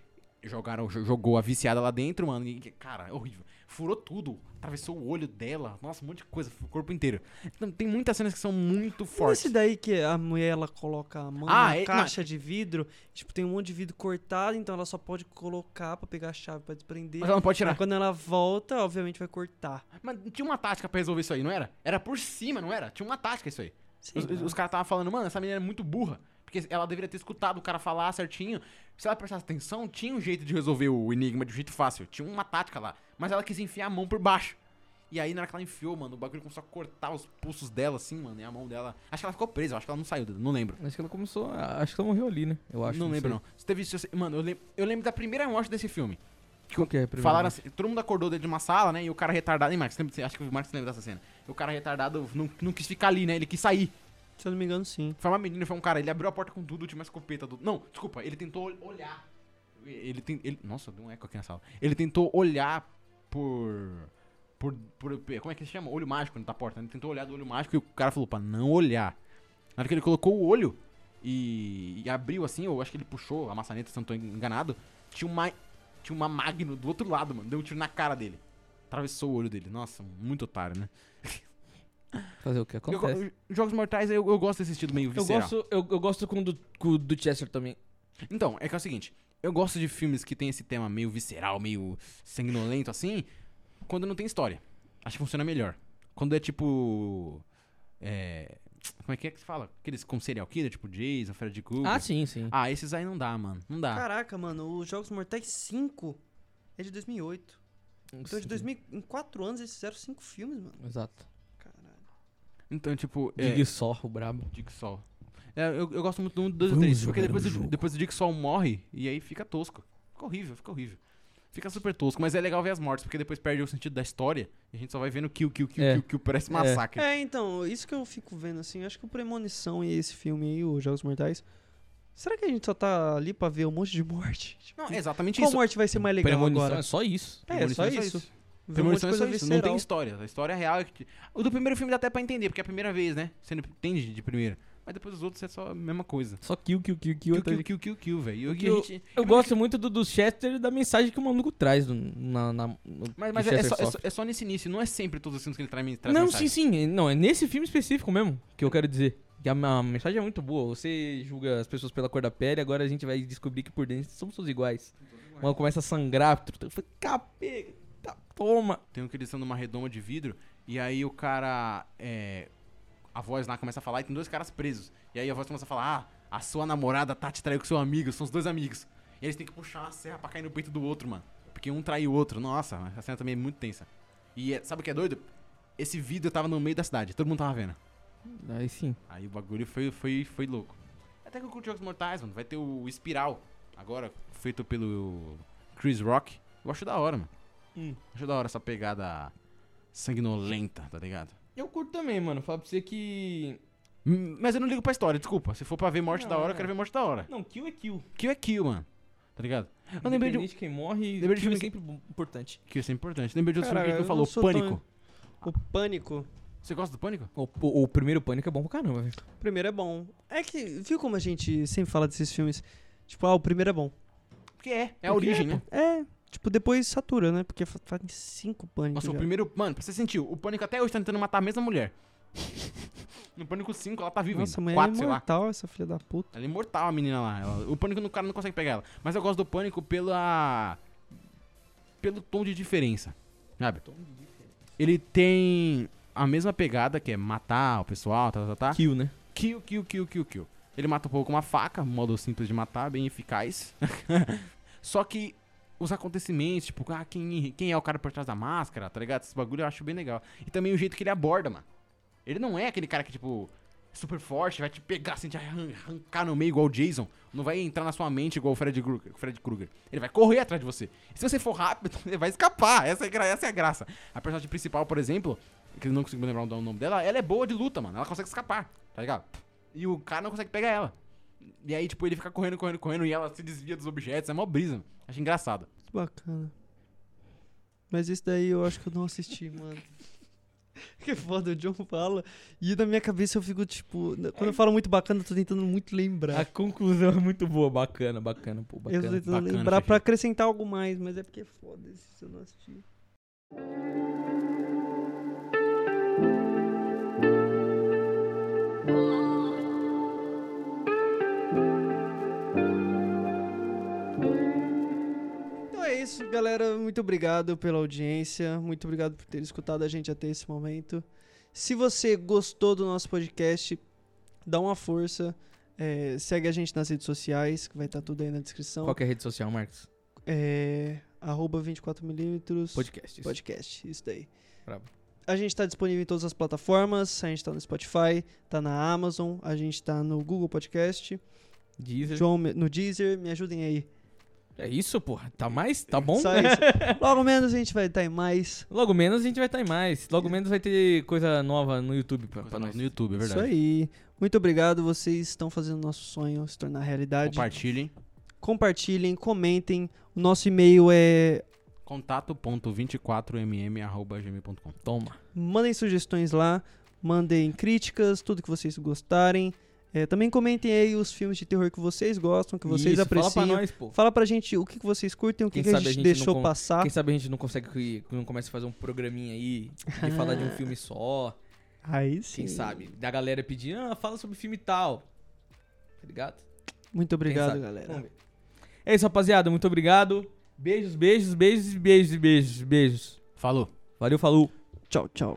jogaram, jo- jogou a viciada lá dentro, mano. E, cara, é horrível. Furou tudo. Atravessou o olho dela. Nossa, um monte de coisa. O corpo inteiro. Então, tem muitas cenas que são muito fortes. Esse daí que a mulher ela coloca a mão é Ah, na é- não. caixa de vidro, tipo, tem um monte de vidro cortado, então ela só pode colocar pra pegar a chave pra desprender. Mas ela não pode tirar. Aí quando ela volta, obviamente vai cortar. Mas tinha uma tática pra resolver isso aí, não era? Era por cima, não era? Tinha uma tática isso aí. os os- né? mano. os caras estavam falando, mano, essa menina é muito burra. Porque ela deveria ter escutado o cara falar certinho. Se ela prestasse atenção, tinha um jeito de resolver o enigma de um jeito fácil. Tinha uma tática lá. Mas ela quis enfiar a mão por baixo. E aí, na hora que ela enfiou, mano, o bagulho começou a cortar os pulsos dela, assim, mano. E a mão dela. Acho que ela ficou presa, eu acho que ela não saiu, não lembro. Acho que ela começou. a- Acho que ela morreu ali, né? Eu acho. Não lembro, sei. não. Você teve isso. Mano, eu lembro, eu lembro da primeira morte desse filme. Qual que é a primeira Falaram morte? assim, todo mundo acordou dentro de uma sala, né? E o cara retardado. Hein, Marcos? Lembra- Acho que o Marcos lembra dessa cena. O cara retardado não, não quis ficar ali, né? Ele quis sair. Se eu não me engano, sim. Foi uma menina, foi um cara. Ele abriu a porta com tudo, tinha uma escopeta do. Não, desculpa, ele tentou ol- olhar. Ele tem. Ele... Nossa, deu um eco aqui na sala. Ele tentou olhar por. Por, por, como é que se chama? Olho mágico na porta. né? Ele tentou olhar do olho mágico e o cara falou pra não olhar. Na hora que ele colocou o olho e, e abriu assim, eu acho que ele puxou a maçaneta, se eu não tô enganado, tinha uma, tinha uma Magno do outro lado, mano. Deu um tiro na cara dele. Atravessou o olho dele. Nossa, muito otário, né? Fazer o que Eu- acontece. eu- jogos Mortais, eu, eu gosto desse estilo meio Eu visceral. gosto, eu, eu gosto com o do, com o do Chester também. Então, é que é o seguinte, eu gosto de filmes que tem esse tema meio visceral, meio sanguinolento assim, quando não tem história. Acho que funciona melhor. Quando é tipo. É. Como é que é que se fala? Aqueles com serial killer, tipo Jason, Freddy Krueger. Ah, sim, sim. Ah, esses aí não dá, mano. Não dá. Caraca, mano, os Jogos Mortais 5 é de 2008. é Então, de 2000, em 4 anos, eles fizeram 5 filmes, mano. Exato. Então, tipo. Jigsaw, o brabo. Jigsaw. É, eu, eu gosto muito do 1, 2 e Vamos 3, porque jogar depois, um o- jogo. depois o Jigsaw morre e aí fica tosco. Fica horrível, fica horrível. Fica super tosco, mas é legal ver as mortes, porque depois perde o sentido da história e a gente só vai vendo kill, kill, kill, É. kill, kill, parece massacre. É, então, isso que eu fico vendo, assim, acho que o Premonição e esse filme aí, os Jogos Mortais, será que a gente só tá ali pra ver um monte de morte? [laughs] Tipo, Não, é exatamente qual isso. morte vai ser mais legal Premonição agora? é só isso. É, é só Premonição é só isso. isso. Ver um monte de Premonição é coisa só isso, não tem visceral. história. A história real é que. O do primeiro filme dá até pra entender, porque é a primeira vez, né? Você não entende de primeira. Mas depois os outros é só a mesma coisa. Só kill, kill, kill, kill. Kill, até- kill, kill, kill, kill, velho. E o que a Eu, gente- eu gosto muito do, do Chester e da mensagem que o maluco traz no- na, na, no- Mas, que mas é, é Chester só, é, só, sofre. é só nesse início, não é sempre todos os filmes que ele traz, traz Não, mensagem. sim, sim. Não, é nesse filme específico mesmo que eu quero dizer. Que a, a mensagem é muito boa. Você julga as pessoas pela cor da pele, agora a gente vai descobrir que por dentro somos todos iguais. Uma começa a sangrar. tru- tru- tru- Capeta, toma. Tem um que eles estão numa redoma de vidro e aí o cara. é, a voz lá começa a falar e tem dois caras presos. E aí a voz começa a falar: Ah, a sua namorada tá te traiu com seu amigo, são os dois amigos. E eles têm que puxar uma serra pra cair no peito do outro, mano. Porque um trai o outro. Nossa, essa cena também é muito tensa. E é- sabe o que é doido? Esse vidro tava no meio da cidade, todo mundo tava vendo. Aí sim. Aí o bagulho foi, foi, foi louco. Até que eu curto Jogos Mortais, mano. Vai ter o Espiral, agora, feito pelo Chris Rock. Eu acho da hora, mano. Hum. Acho da hora essa pegada sanguinolenta, tá ligado? Eu curto também, mano. Fala pra você que. Hum, Mas eu não ligo pra história, desculpa. Se for pra ver morte Não, da hora, é. eu quero ver morte da hora. Não, kill é kill. Kill é kill, mano. Tá ligado? Eu lembrei de um... Independente quem morre, lembrei de kill é filme que- sempre bu- importante. Kill, isso é importante. Lembrei de outro filme que Cara, a gente eu não não falou, sou Pânico. O Pânico, Você gosta do Pânico? O, o- o primeiro pânico é bom pra caramba, velho. o primeiro é bom. É que, viu como a gente sempre fala desses filmes? Tipo, ah, o primeiro é bom. Porque é, é a origem, né? É, tipo, depois satura, né? Porque fa- fazem cinco pânicos Nossa, o já. primeiro... Mano, pra você sentir, o Pânico até hoje tá tentando matar a mesma mulher. No Pânico 5, ela tá viva Nossa, mas ainda. Quatro, ela é sei lá. imortal, essa filha da puta. Ela é imortal, a menina lá. Ela- o pânico no cara não consegue pegar ela. Mas eu gosto do pânico pela. pelo tom de diferença. Sabe? Ele tem a mesma pegada, que é matar o pessoal, tá, tá, tá. Kill, né? Kill, kill, kill, kill, kill. Ele mata o povo com uma faca, um modo simples de matar, bem eficaz. [laughs] Só que os acontecimentos, tipo, ah, quem, quem é o cara por trás da máscara, tá ligado? Esse bagulho eu acho bem legal. E também o jeito que ele aborda, mano. Ele não é aquele cara que, tipo, super forte, vai te pegar, assim, te arran- arrancar no meio igual o Jason. Não vai entrar na sua mente igual o Fred Krueger. o Fred Krueger. Ele vai correr atrás de você. E se você for rápido, [laughs] ele vai escapar. Essa é, gra- essa é a graça. A personagem principal, por exemplo, que eu não consigo me lembrar o nome dela, ela é boa de luta, mano. Ela consegue escapar, tá ligado? E o cara não consegue pegar ela. E aí, tipo, ele fica correndo, correndo, correndo, e ela se desvia dos objetos. É mó brisa. Acho engraçado. Que bacana. Mas esse daí eu acho que eu não assisti, mano. [laughs] Que foda, o John fala. E na minha cabeça eu fico, tipo. na- Quando eu falo muito bacana, eu tô tentando muito lembrar. A conclusão é muito boa, bacana, bacana, pô, eu bacana. tô tentando bacana, lembrar Feijão. pra acrescentar algo mais, mas é porque é foda se eu não assisti. Então é isso, galera. Muito obrigado pela audiência. Muito obrigado por ter escutado a gente até esse momento. Se você gostou do nosso podcast, dá uma força. É, segue a gente nas redes sociais, que vai estar tudo aí na descrição. Qual que é a rede social, Marcos? É, arroba 24mm Podcast, isso. Podcast, isso daí. Bravo. A gente está disponível em todas as plataformas. A gente está no Spotify, tá na Amazon, a gente tá no Google Podcast, Deezer. João, me- no Deezer. Me ajudem aí. É isso, porra. Tá mais? Tá bom? Só [laughs] isso. Logo menos a gente vai estar em mais. Logo menos a gente vai estar em mais. Logo menos vai ter coisa nova no YouTube pra, pra nós. No YouTube, é Isso verdade. aí. Muito obrigado. Vocês estão fazendo nosso sonho se tornar realidade. Compartilhem. Compartilhem, comentem. O nosso e-mail é Contato.24mm.gmail.com Toma. Mandem sugestões lá, mandem críticas, tudo que vocês gostarem. É, também comentem aí os filmes de terror que vocês gostam, que vocês Isso, fala pra apreciam. nós, pô. Fala pra gente o que, que vocês curtem, o que, Quem que a sabe gente, a gente não deixou con- passar. Quem sabe a gente não consegue que que não comece a fazer um programinha aí [laughs] de falar de um filme só. Aí sim. Quem sabe? Da galera pedir, ah, fala sobre filme tal. Tá ligado? Muito obrigado, sabe? galera. Vamos ver. É isso, rapaziada. Muito obrigado. Beijos, beijos, beijos, e beijos, e beijos, beijos. Falou. Valeu, falou. Tchau, tchau.